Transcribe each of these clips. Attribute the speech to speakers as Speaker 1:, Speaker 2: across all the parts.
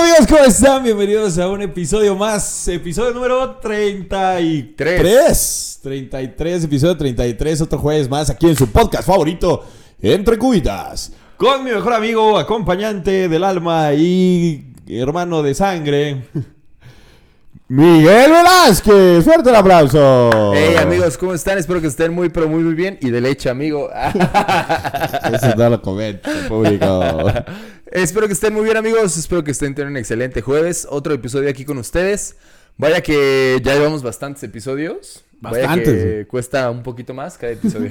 Speaker 1: amigos, ¿cómo están? Bienvenidos a un episodio más, episodio número 33.
Speaker 2: Tres.
Speaker 1: 33, episodio 33, otro jueves más aquí en su podcast favorito, Entre Cubitas. Con mi mejor amigo, acompañante del alma y hermano de sangre,
Speaker 2: Miguel Velázquez, fuerte el aplauso.
Speaker 1: Oh.
Speaker 3: Hey amigos, ¿cómo están? Espero que estén muy, pero muy, muy bien. Y de leche, amigo.
Speaker 2: Eso no lo comenta el público.
Speaker 3: Espero que estén muy bien, amigos. Espero que estén teniendo un excelente jueves. Otro episodio aquí con ustedes. Vaya que ya llevamos bastantes episodios. Vaya
Speaker 2: Bastantes,
Speaker 3: que cuesta un poquito más cada episodio.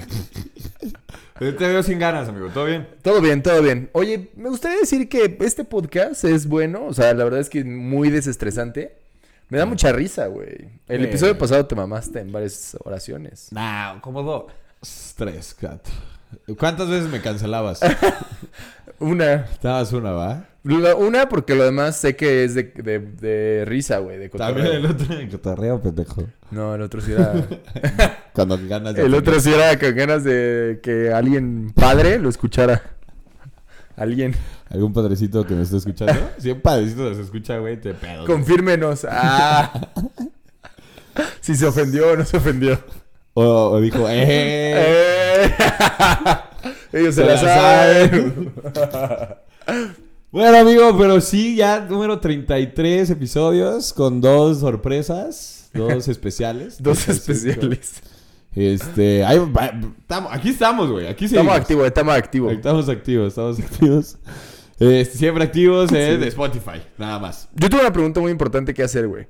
Speaker 1: te veo sin ganas, amigo, ¿todo bien?
Speaker 3: todo bien, todo bien. Oye, me gustaría decir que este podcast es bueno. O sea, la verdad es que es muy desestresante. Me da mucha risa, güey. El
Speaker 1: Eh.
Speaker 3: episodio pasado te mamaste en varias oraciones.
Speaker 1: Nah, como dos, tres, cuatro. ¿Cuántas veces me cancelabas?
Speaker 3: Una.
Speaker 1: Estabas una, ¿va?
Speaker 3: La- Una, porque lo demás sé que es de, de- de risa, güey, de cotorreo.
Speaker 1: También el otro en el cotorreo, pendejo.
Speaker 3: No, el otro sí era...
Speaker 2: Cuando ganas de
Speaker 3: el otro sí era con ganas de que alguien padre lo escuchara. Alguien.
Speaker 1: ¿Algún padrecito que me esté escuchando? Si un padrecito nos escucha, güey, te pedo.
Speaker 3: Confírmenos. Ah. si se ofendió o no se ofendió.
Speaker 1: O, o dijo, ¡eh!
Speaker 3: Eh. Ellos se,
Speaker 1: Se
Speaker 3: la
Speaker 1: la
Speaker 3: saben.
Speaker 1: Bueno, amigo, pero sí, ya número 33 episodios con dos sorpresas, dos especiales.
Speaker 3: Dos
Speaker 1: Entonces,
Speaker 3: especiales.
Speaker 1: Este, ahí va- estamos- aquí estamos, güey, aquí
Speaker 3: Estamos
Speaker 1: seguimos.
Speaker 3: activos, estamos activos.
Speaker 1: Estamos activos, estamos activos. Este, siempre activos en Spotify, nada más.
Speaker 3: Yo tengo una pregunta muy importante que hacer, güey.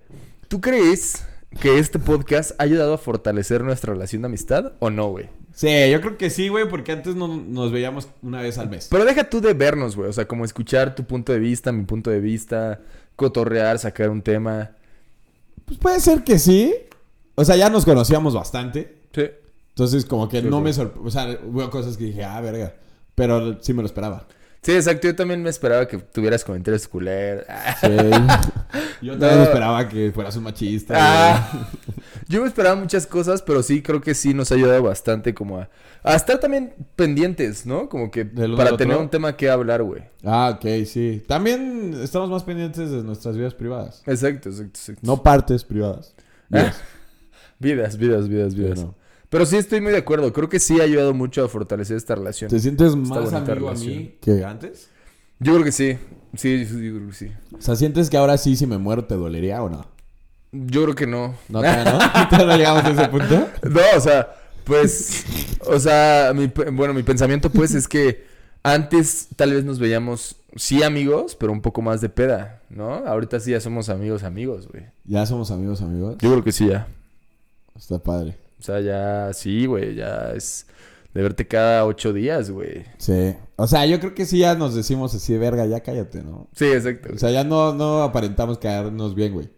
Speaker 3: ¿Tú crees que este podcast ha ayudado a fortalecer nuestra relación de amistad o no, güey?
Speaker 1: Sí, yo creo que sí, güey, porque antes no, nos veíamos una vez al mes.
Speaker 3: Pero deja tú de vernos, güey. O sea, como escuchar tu punto de vista, mi punto de vista, cotorrear, sacar un tema.
Speaker 1: Pues puede ser que sí. O sea, ya nos conocíamos bastante.
Speaker 3: Sí.
Speaker 1: Entonces, como que
Speaker 3: Sí,
Speaker 1: no
Speaker 3: güey.
Speaker 1: me sorprendió. O sea, hubo cosas que dije, ah, verga. Pero sí me lo esperaba.
Speaker 3: Sí, exacto. Yo también me esperaba que tuvieras comentarios culeros. Ah.
Speaker 1: Sí. Yo también
Speaker 3: No.
Speaker 1: esperaba que fueras un machista.
Speaker 3: Ah. Yo me esperaba muchas cosas, pero sí creo que sí nos ha ayudado bastante como a, a estar también pendientes, ¿no? Como que
Speaker 1: Del uno
Speaker 3: para
Speaker 1: al
Speaker 3: tener
Speaker 1: otro.
Speaker 3: un tema que hablar, güey.
Speaker 1: güey. Ah, ok, sí. También estamos más pendientes de nuestras vidas privadas.
Speaker 3: Exacto, exacto, exacto.
Speaker 1: No partes privadas. Ah. Vidas.
Speaker 3: Vidas, vidas, vidas, vidas.
Speaker 1: no.
Speaker 3: Pero sí estoy muy de acuerdo. Creo que sí ha ayudado mucho a fortalecer esta relación.
Speaker 1: ¿Te sientes más
Speaker 3: bonita
Speaker 1: amigo a mí
Speaker 3: relación.
Speaker 1: que antes?
Speaker 3: Yo creo que sí. Sí, yo creo que sí.
Speaker 1: O sea, ¿sientes que ahora sí, si me muero, te dolería o no?
Speaker 3: Yo creo que no.
Speaker 1: No, todavía no. ¿Todavía no llegamos a ese punto?
Speaker 3: No, o sea, pues, o sea, mi pe- bueno, mi pensamiento pues es que antes tal vez nos veíamos, sí amigos, pero un poco más de peda, ¿no? Ahorita sí ya somos amigos, amigos, güey.
Speaker 1: Ya somos amigos, amigos.
Speaker 3: Yo creo que sí ya.
Speaker 1: Está padre.
Speaker 3: O sea, ya sí, güey, ya es de verte cada ocho días, güey.
Speaker 1: Sí. O sea, yo creo que sí ya nos decimos así, verga, ya cállate, ¿no?
Speaker 3: Sí, exacto.
Speaker 1: O sea, ya no, no aparentamos caernos bien, güey.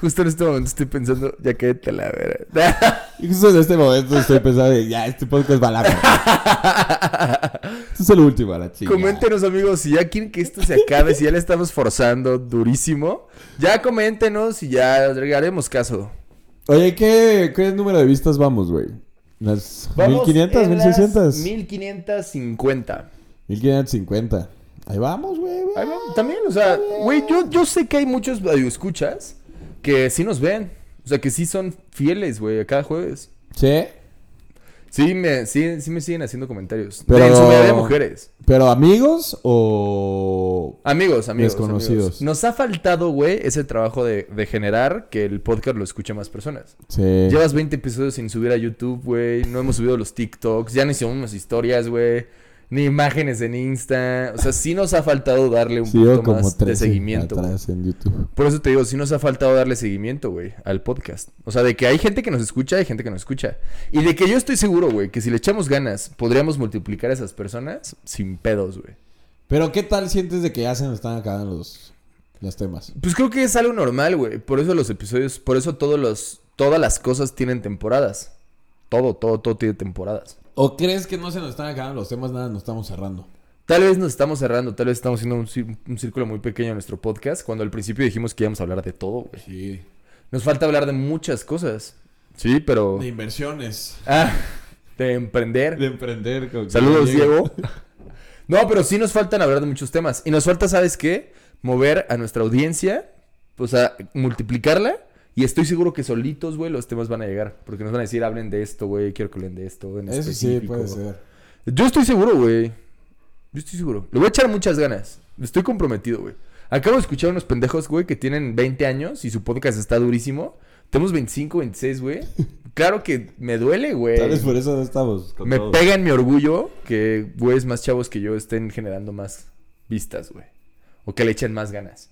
Speaker 3: Justo en este momento estoy pensando, ya quédate la verga.
Speaker 1: Y justo en este momento estoy pensando, de, ya, este podcast va a la verga. Esto es el último, a la chica.
Speaker 3: Coméntenos, amigos, si ya quieren que esto se acabe, si ya le estamos forzando durísimo. Ya coméntenos y ya le haremos caso.
Speaker 1: Oye, ¿qué, ¿qué número de vistas vamos, güey? ¿Las
Speaker 3: Vamos
Speaker 1: 1500,
Speaker 3: en las
Speaker 1: 1600?
Speaker 3: 1550.
Speaker 1: 1550. Ahí vamos, güey, güey.
Speaker 3: Ahí va, También, o sea, güey, yo, yo sé que hay muchos escuchas que sí nos ven. O sea, que sí son fieles, güey, a cada jueves.
Speaker 1: Sí.
Speaker 3: Sí me, sí, sí me siguen haciendo comentarios.
Speaker 1: Pero-
Speaker 3: De, en su mayoría mujeres.
Speaker 1: ¿Pero amigos o...?
Speaker 3: Amigos, amigos.
Speaker 1: Desconocidos.
Speaker 3: amigos. Nos ha faltado, güey, ese trabajo de, de generar que el podcast lo escuche más personas.
Speaker 1: Sí.
Speaker 3: Llevas 20 episodios sin subir a YouTube, güey. No hemos subido los TikToks. Ya ni subimos historias, güey. Ni imágenes en Insta. O sea, sí nos ha faltado darle un
Speaker 1: Sigo
Speaker 3: poquito
Speaker 1: como
Speaker 3: más de
Speaker 1: tres
Speaker 3: seguimiento. güey.
Speaker 1: atrás en YouTube.
Speaker 3: Por eso te digo, sí nos ha faltado darle seguimiento, güey, al podcast. O sea, de que hay gente que nos escucha, hay gente que nos escucha. Y de que yo estoy seguro, güey, que si le echamos ganas, podríamos multiplicar a esas personas sin pedos, güey.
Speaker 1: Pero ¿qué tal sientes de que ya se nos están acabando los, los temas?
Speaker 3: Pues creo que es algo normal, güey. Por eso los episodios, por eso todos los, todas las cosas tienen temporadas. Todo, todo, todo tiene temporadas.
Speaker 1: ¿O crees que no se nos están acabando los temas, nada, nos estamos cerrando?
Speaker 3: Tal vez nos estamos cerrando, tal vez estamos haciendo un, cir- un círculo muy pequeño en nuestro podcast, cuando al principio dijimos que íbamos a hablar de todo, güey.
Speaker 1: Sí.
Speaker 3: Nos falta hablar de muchas cosas. Sí, pero...
Speaker 1: De inversiones.
Speaker 3: Ah, de emprender.
Speaker 1: De emprender. con-
Speaker 3: Saludos,
Speaker 1: con-
Speaker 3: Diego. No, pero sí nos faltan hablar de muchos temas. Y nos falta, ¿sabes qué? mover a nuestra audiencia, o sea, multiplicarla. Y estoy seguro que solitos, güey, los temas van a llegar. Porque nos van a decir, hablen de esto, güey, quiero que hablen de esto. En
Speaker 1: Eso sí
Speaker 3: específico".
Speaker 1: puede ser.
Speaker 3: Yo estoy seguro, güey. Yo estoy seguro. Le voy a echar muchas ganas. Estoy comprometido, güey. Acabo de escuchar unos pendejos, güey, que tienen 20 años y su podcast está durísimo. Tenemos 25, 26, güey. Claro que me duele, güey.
Speaker 1: Tal vez por eso no estamos con
Speaker 3: Me
Speaker 1: todos.
Speaker 3: pega en mi orgullo que güeyes más chavos que yo estén generando más vistas, güey. O que le echen más ganas.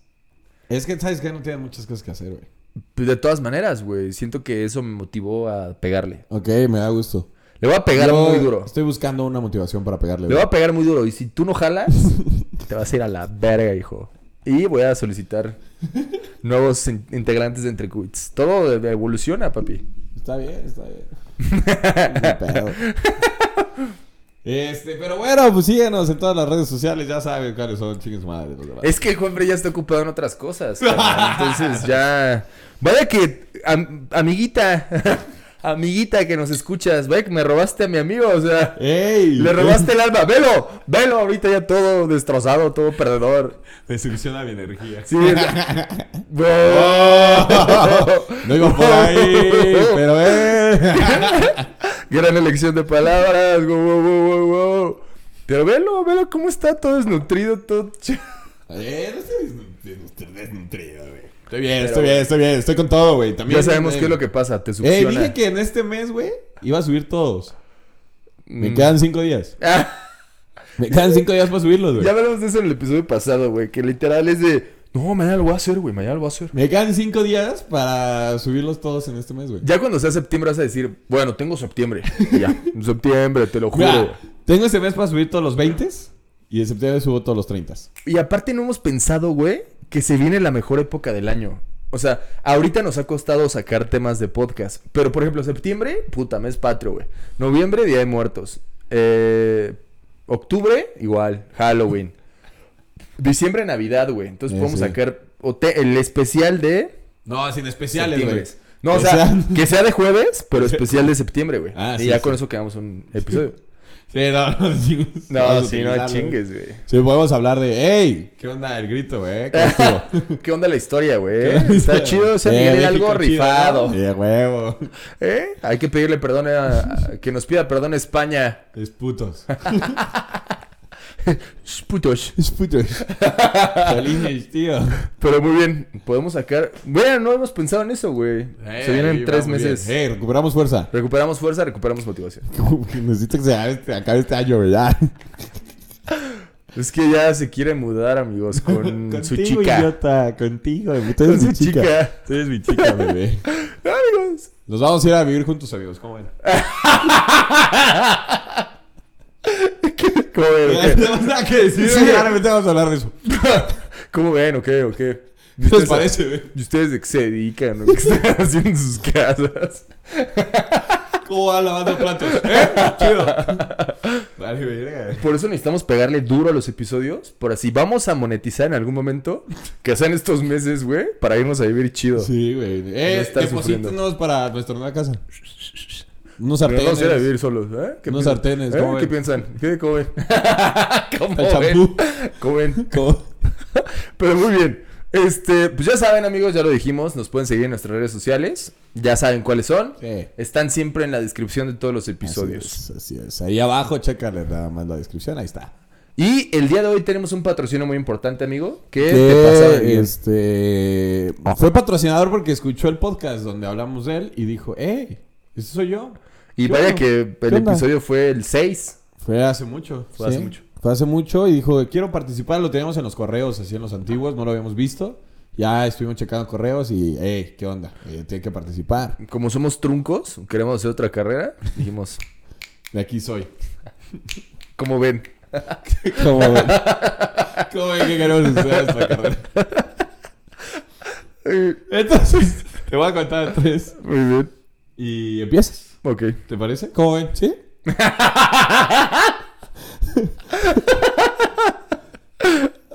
Speaker 1: Es que sabes que no tienen muchas cosas que hacer, güey.
Speaker 3: Pues de todas maneras, güey. Siento que eso me motivó a pegarle.
Speaker 1: Ok, me da gusto.
Speaker 3: Le voy a pegar
Speaker 1: Yo
Speaker 3: muy duro.
Speaker 1: Estoy buscando una motivación para pegarle.
Speaker 3: Le
Speaker 1: güey.
Speaker 3: voy a pegar muy duro. Y si tú no jalas, te vas a ir a la verga, hijo. Y voy a solicitar nuevos in- integrantes de Entre Quits. Todo evoluciona, papi.
Speaker 1: Está bien, está bien. Ni pedo. Este, pero bueno, pues síguenos en todas las redes sociales, ya saben cuáles son, chingues madre. los demás.
Speaker 3: Es que el Juanfre ya está ocupado en otras cosas. carnal. Entonces ya. Vaya que. am- amiguita. amiguita que nos escuchas. Vaya que me robaste a mi amigo. O sea.
Speaker 1: ¡Ey!
Speaker 3: Le robaste el alma. Velo. Velo. Ahorita ya todo destrozado, todo perdedor.
Speaker 1: Me succiona mi energía.
Speaker 3: Sí. Oh. Wow.
Speaker 1: No iba por ahí, pero eh.
Speaker 3: Gran elección de palabras. Wow, wow, wow, wow, wow. Pero velo, velo cómo está todo desnutrido, todo. ch-
Speaker 1: Eh, no estoy desnu- estoy desnutrido, güey. Estoy bien, estoy bien, estoy bien, estoy con todo, güey. También,
Speaker 3: Ya sabemos
Speaker 1: eh,
Speaker 3: qué es lo que pasa, te
Speaker 1: Eh,
Speaker 3: succiona.
Speaker 1: dije que en este mes, güey, iba a subir todos. Me
Speaker 3: Mm.
Speaker 1: quedan cinco días.
Speaker 3: Ah,
Speaker 1: Me quedan cinco días para subirlos,
Speaker 3: ya
Speaker 1: güey.
Speaker 3: hablamos de eso en el episodio pasado, güey, que literal es de, no, mañana lo voy a hacer, güey, mañana lo voy a hacer.
Speaker 1: Me quedan cinco días para subirlos todos en este mes, güey.
Speaker 3: Ya cuando sea septiembre vas a decir, bueno, tengo septiembre. Y ya, septiembre, te lo juro.
Speaker 1: Mira, tengo este mes para subir todos los 20 y en septiembre subo todos los 30.
Speaker 3: Y aparte no hemos pensado, güey, que se viene la mejor época del año. O sea, ahorita nos ha costado sacar temas de podcast. Pero, por ejemplo, septiembre, puta, mes patrio, güey. Noviembre, Día de Muertos. Eh, octubre, igual, Halloween. Diciembre, Navidad, güey. Entonces
Speaker 1: Eh,
Speaker 3: podemos
Speaker 1: sí.
Speaker 3: sacar o te- el especial de
Speaker 1: No, sin especiales,
Speaker 3: septiembre. No, o
Speaker 1: Que
Speaker 3: sea,
Speaker 1: sean-
Speaker 3: que sea de jueves, pero especial de septiembre, güey.
Speaker 1: Ah,
Speaker 3: y
Speaker 1: sí,
Speaker 3: ya
Speaker 1: sí.
Speaker 3: con eso quedamos un episodio.
Speaker 1: Sí, no, no, sí,
Speaker 3: No,
Speaker 1: vamos a
Speaker 3: sí, no
Speaker 1: utilizarlo,
Speaker 3: chingues, güey.
Speaker 1: güey. Sí, podemos hablar de, hey, ¿qué onda el grito, güey? ¿Qué estuvo?
Speaker 3: ¿Qué onda la historia, güey?
Speaker 1: onda la
Speaker 3: Está
Speaker 1: historia?
Speaker 3: chido, o sea,
Speaker 1: Eh,
Speaker 3: Miguel era
Speaker 1: México
Speaker 3: algo
Speaker 1: chido,
Speaker 3: rifado.
Speaker 1: ¿no? Sí, a huevo.
Speaker 3: ¿Eh? Hay que pedirle perdón a, a- que nos pida perdón a España.
Speaker 1: Es putos.
Speaker 3: Putos.
Speaker 1: Es putos. Felices, tío.
Speaker 3: Pero muy bien, podemos sacar. Bueno, no hemos pensado en eso, güey. Se vienen tres meses.
Speaker 1: Hey, recuperamos fuerza.
Speaker 3: Recuperamos fuerza, recuperamos motivación.
Speaker 1: Como que Necesito que se acabe este- acabe este año, ¿verdad?
Speaker 3: Es que ya se quiere mudar, amigos, con su
Speaker 1: Contigo,
Speaker 3: chica.
Speaker 1: idiota. Contigo. Tú
Speaker 3: Con
Speaker 1: eres
Speaker 3: su
Speaker 1: mi chica.
Speaker 3: chica.
Speaker 1: Tú eres mi chica, bebé.
Speaker 3: Amigos.
Speaker 1: Nos vamos a ir a vivir juntos, amigos. ¿Cómo ven?
Speaker 3: ¿Cómo ven? o
Speaker 1: Tenemos nada que decir.
Speaker 3: Sí.
Speaker 1: güey. Claramente vamos a hablar de eso.
Speaker 3: qué? ¿Cómo ven? ¿O qué? ¿O qué?
Speaker 1: ¿Qué
Speaker 3: ¿Y
Speaker 1: les
Speaker 3: ustedes-
Speaker 1: Pues parece, güey?
Speaker 3: ¿Y ustedes de qué se dedican? ¿O qué están haciendo en sus casas?
Speaker 1: ¿Cómo va lavando platos? ¿Eh? Chido. Dale, verga.
Speaker 3: Por eso necesitamos pegarle duro a los episodios. Por así vamos a monetizar en algún momento. Que sean estos meses, güey. Para irnos a vivir chido.
Speaker 1: Sí, güey.
Speaker 3: No
Speaker 1: Eh,
Speaker 3: estar
Speaker 1: deposítenos para nuestra nueva casa. Unos
Speaker 3: Pero no
Speaker 1: sartenes.
Speaker 3: vamos a ir a vivir solos, ¿eh? ¿Qué
Speaker 1: Unos
Speaker 3: piensan?
Speaker 1: sartenes,
Speaker 3: ¿Eh?
Speaker 1: ¿cómo
Speaker 3: ¿Qué
Speaker 1: ven?
Speaker 3: piensan? ¿Qué, ¿Cómo ven? ¿Cómo
Speaker 1: El
Speaker 3: ven?
Speaker 1: champú.
Speaker 3: ¿Cómo ven?
Speaker 1: ¿Cómo?
Speaker 3: Pero muy bien. Este, pues ya saben, amigos, ya lo dijimos. Nos pueden seguir en nuestras redes sociales. Ya saben cuáles son.
Speaker 1: Sí.
Speaker 3: Están siempre en la descripción de todos los episodios.
Speaker 1: Eh, Así es, así es. Ahí abajo, chécale nada más la descripción. Ahí está.
Speaker 3: Y el día de hoy tenemos un patrocinio muy importante, amigo. Que te pasa
Speaker 1: que este fue patrocinador porque escuchó el podcast donde hablamos de él y dijo, ¡Ey! Ese soy yo.
Speaker 3: Y
Speaker 1: ¿Qué
Speaker 3: vaya
Speaker 1: onda?
Speaker 3: que el
Speaker 1: ¿Qué onda?
Speaker 3: episodio fue el 6.
Speaker 1: Fue hace mucho.
Speaker 3: Fue hace mucho.
Speaker 1: Fue hace mucho y dijo, quiero participar. Lo teníamos en los correos, así en los antiguos, no lo habíamos visto. Ya estuvimos checando correos y, ¡Ey! ¿Qué onda? Eh, tiene que participar.
Speaker 3: como somos truncos, queremos hacer otra carrera, dijimos,
Speaker 1: De aquí soy.
Speaker 3: como ven?
Speaker 1: ¿Cómo ven? ¿Cómo ven que queremos estudiar esta carrera? Entonces, te voy a contar tres.
Speaker 3: Muy bien.
Speaker 1: Y empiezas.
Speaker 3: Ok.
Speaker 1: ¿Te parece? ¿Cómo ven? ¿Sí?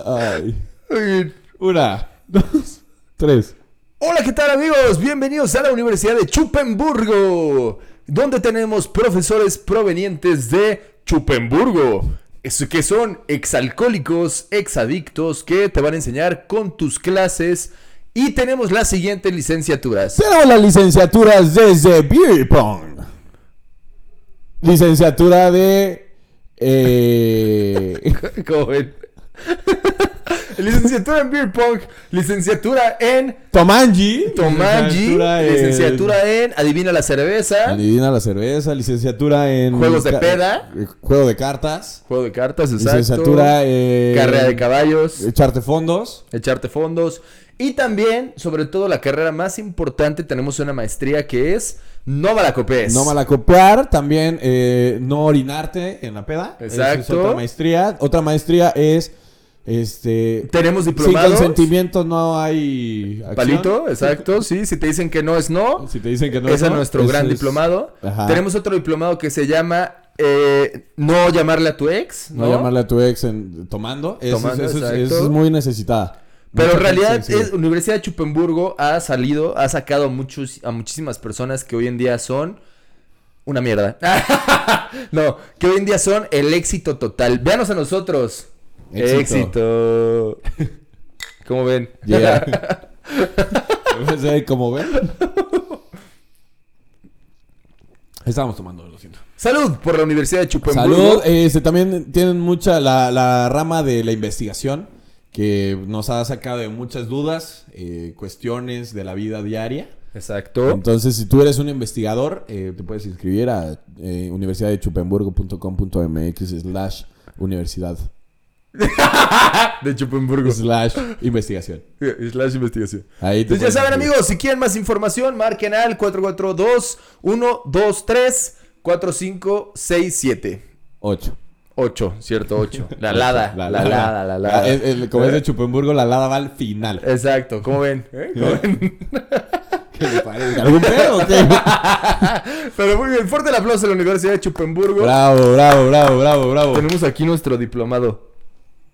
Speaker 1: Ay.
Speaker 3: Muy bien.
Speaker 1: Una, dos, tres.
Speaker 3: Hola, ¿qué tal amigos? Bienvenidos a la Universidad de Chupemburgo, donde tenemos profesores provenientes de Chupemburgo, es- que son exalcohólicos, exadictos, que te van a enseñar con tus clases. Y tenemos las siguientes licenciaturas.
Speaker 1: Tenemos las licenciaturas desde Beer Pong. Licenciatura de. eh,
Speaker 3: Como ven. licenciatura en beer pong, licenciatura en
Speaker 1: Tomanji.
Speaker 3: tomanji,
Speaker 1: Licenciatura en-
Speaker 3: licenciatura en adivina la cerveza,
Speaker 1: Adivina la cerveza. Licenciatura en.
Speaker 3: Juegos de
Speaker 1: ca-
Speaker 3: peda.
Speaker 1: eh, Juego de cartas.
Speaker 3: juego de cartas, exacto,
Speaker 1: Licenciatura en. Eh,
Speaker 3: carrera de caballos,
Speaker 1: Echarte fondos.
Speaker 3: echarte fondos. Y también, sobre todo, la carrera más importante, tenemos una maestría que es no malacopés.
Speaker 1: No malacopiar, también eh, no orinarte en la peda. Esa Es
Speaker 3: Exacto.
Speaker 1: otra maestría. Otra maestría es este
Speaker 3: Tenemos
Speaker 1: sin
Speaker 3: diplomados.
Speaker 1: consentimiento no hay acción.
Speaker 3: Palito, exacto. Sí, si te dicen que no es no.
Speaker 1: Si te dicen que no
Speaker 3: Ese es
Speaker 1: no,
Speaker 3: nuestro
Speaker 1: ese
Speaker 3: gran
Speaker 1: es-
Speaker 3: diplomado.
Speaker 1: Ajá.
Speaker 3: Tenemos otro diplomado que se llama eh, No llamarle a tu ex.
Speaker 1: No,
Speaker 3: No,
Speaker 1: llamarle a tu ex en- tomando. Eso, es-
Speaker 3: Tomando,
Speaker 1: eso es,
Speaker 3: exacto.
Speaker 1: eso es muy necesitada.
Speaker 3: Pero en
Speaker 1: Mucha gente
Speaker 3: realidad,
Speaker 1: sí, sí.
Speaker 3: es- Universidad de Chupemburgo ha salido, ha sacado a, muchos, a muchísimas personas que hoy en día son una mierda. no, que hoy en día son el éxito total. Véanos a nosotros.
Speaker 1: Éxito.
Speaker 3: Éxito. ¿Cómo ven?
Speaker 1: Yeah. O sea, Como ven. Estábamos tomando, lo siento.
Speaker 3: Salud por la Universidad de Chupemburgo.
Speaker 1: Salud. Este, también tienen mucha la, la rama de la investigación que nos ha sacado de muchas dudas, eh, cuestiones de la vida diaria.
Speaker 3: Exacto.
Speaker 1: Entonces, si tú eres un investigador, eh, te puedes inscribir a eh, universidadechupemburgo.com.mx slash universidad
Speaker 3: De Chupemburgo. Eh,
Speaker 1: slash investigación.
Speaker 3: Slash investigación.
Speaker 1: Ahí te
Speaker 3: Entonces Pues ya
Speaker 1: puedes
Speaker 3: saben
Speaker 1: inscribir.
Speaker 3: amigos, si quieren más información, marquen al 442-123-4567.
Speaker 1: Ocho.
Speaker 3: 8, cierto, 8. La lada. La lada, la
Speaker 1: Ah,
Speaker 3: lada.
Speaker 1: el- el- como es de Chupemburgo, la lada va al final.
Speaker 3: Exacto, ¿cómo ven? ¿Eh? ¿Cómo ven?
Speaker 1: ¿Qué le parece? ¿Algún pedo o qué?
Speaker 3: Pero muy bien, fuerte el aplauso a la Universidad de Chupemburgo.
Speaker 1: bravo, bravo, bravo, bravo, bravo.
Speaker 3: Tenemos aquí nuestro diplomado.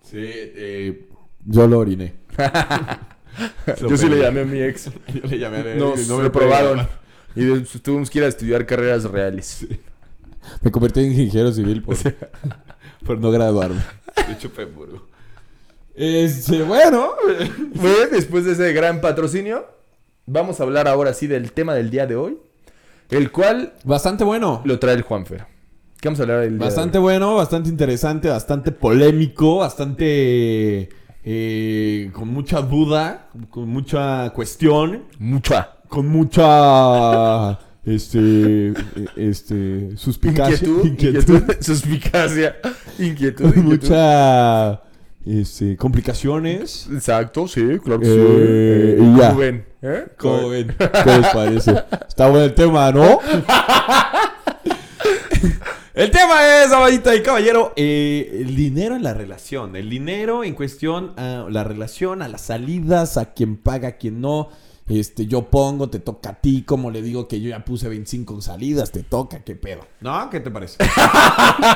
Speaker 1: Sí, eh, yo lo oriné.
Speaker 3: Yo sí le llamé a mi ex.
Speaker 1: Yo le llamé a
Speaker 3: Nos no probaron. Y de- pues, tuvimos que ir a estudiar carreras reales.
Speaker 1: Me convertí en ingeniero civil por, por no graduarme. De Chupemburgo. Este, bueno.
Speaker 3: Muy bien, después de ese gran patrocinio, vamos a hablar ahora sí del tema del día de hoy, el cual
Speaker 1: Bastante bueno.
Speaker 3: lo trae el Juanfer. ¿Qué vamos a hablar del día
Speaker 1: Bastante bueno, bastante interesante, bastante polémico, bastante. eh, con mucha duda, con mucha cuestión,
Speaker 3: de hoy? Mucha
Speaker 1: con mucha. este. este. suspicacia.
Speaker 3: inquietud, inquietud, suspicacia, inquietud,
Speaker 1: con
Speaker 3: inquietud.
Speaker 1: mucha. este. complicaciones.
Speaker 3: Exacto, sí, claro que
Speaker 1: Eh,
Speaker 3: sí.
Speaker 1: y ya.
Speaker 3: ¿Cómo ven? ¿Eh?
Speaker 1: ¿Cómo ven? ¿Qué les parece? Está bueno el tema, ¿no? El tema es, abadita y caballero, eh, el dinero en la relación. El dinero en cuestión a la relación, a las salidas, a quien paga, a quien no. Este, yo pongo, te toca a ti, como le digo que yo ya puse 25 salidas, te toca, qué pedo. ¿No? ¿Qué te parece?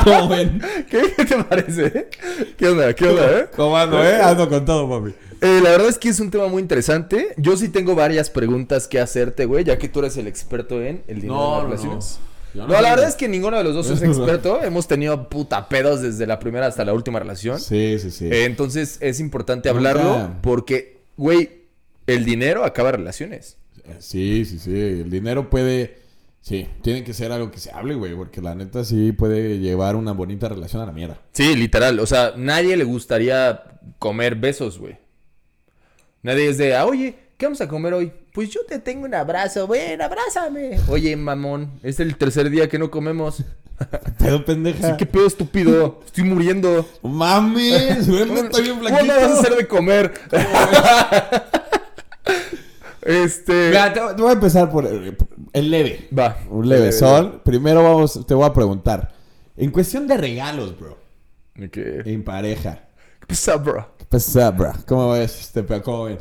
Speaker 1: ¿Cómo ven?
Speaker 3: ¿Qué, ¿Qué te parece? ¿Qué onda? ¿Qué onda, eh?
Speaker 1: ¿Cómo ando, eh? Ando con todo, papi.
Speaker 3: Eh, la verdad es que es un tema muy interesante. Yo sí tengo varias preguntas que hacerte, güey, ya que tú eres el experto en el dinero de las relaciones.
Speaker 1: Yo
Speaker 3: No, la
Speaker 1: soy-
Speaker 3: verdad es que ninguno de los dos es experto. Hemos tenido puta pedos desde la primera hasta la última relación.
Speaker 1: Sí, sí, sí.
Speaker 3: Eh, entonces es importante hablarlo
Speaker 1: Nunca.
Speaker 3: porque, güey, el dinero acaba relaciones.
Speaker 1: Sí, sí, sí. El dinero puede. Sí, tiene que ser algo que se hable, güey. Porque la neta sí puede llevar una bonita relación a la mierda.
Speaker 3: Sí, literal. O sea, nadie le gustaría comer besos, güey. Nadie es de, "Ah, oye, ¿qué vamos a comer hoy? Pues yo te tengo un abrazo, ven, abrázame. Oye, mamón, es el tercer día que no comemos.
Speaker 1: Pero pendeja.
Speaker 3: Así que pedo estúpido, estoy muriendo.
Speaker 1: Mames, güey, me estoy bien
Speaker 3: ¿Cómo me vas a hacer
Speaker 1: flaquito.
Speaker 3: de comer? este.
Speaker 1: Mira, te, te voy a empezar por el, el leve.
Speaker 3: Va.
Speaker 1: Un leve sol. Primero vamos, te voy a preguntar. En cuestión de regalos, bro.
Speaker 3: Ok. ¿Qué
Speaker 1: En pareja.
Speaker 3: pasa, bro?
Speaker 1: ¿Qué pasa, bro? ¿Cómo ves este pedo? ¿Cómo ven?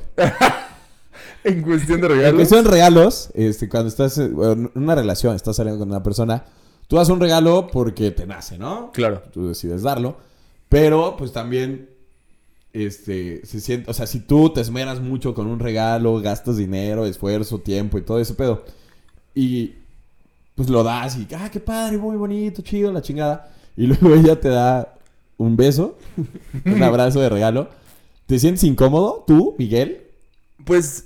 Speaker 3: En cuestión de
Speaker 1: En
Speaker 3: regalos.
Speaker 1: cuestión de regalos, este, cuando estás eh, en una relación, estás saliendo con una persona, tú das un regalo porque te nace, ¿no?
Speaker 3: Claro.
Speaker 1: tú decides darlo. Pero, pues también, este, se siente, o sea, si tú te esmeras mucho con un regalo, gastas dinero, esfuerzo, tiempo y todo ese pedo, y pues lo das y, ah, qué padre, muy bonito, chido, la chingada. Y luego ella te da un beso, un abrazo de regalo. ¿Te sientes incómodo tú, Miguel?
Speaker 3: Pues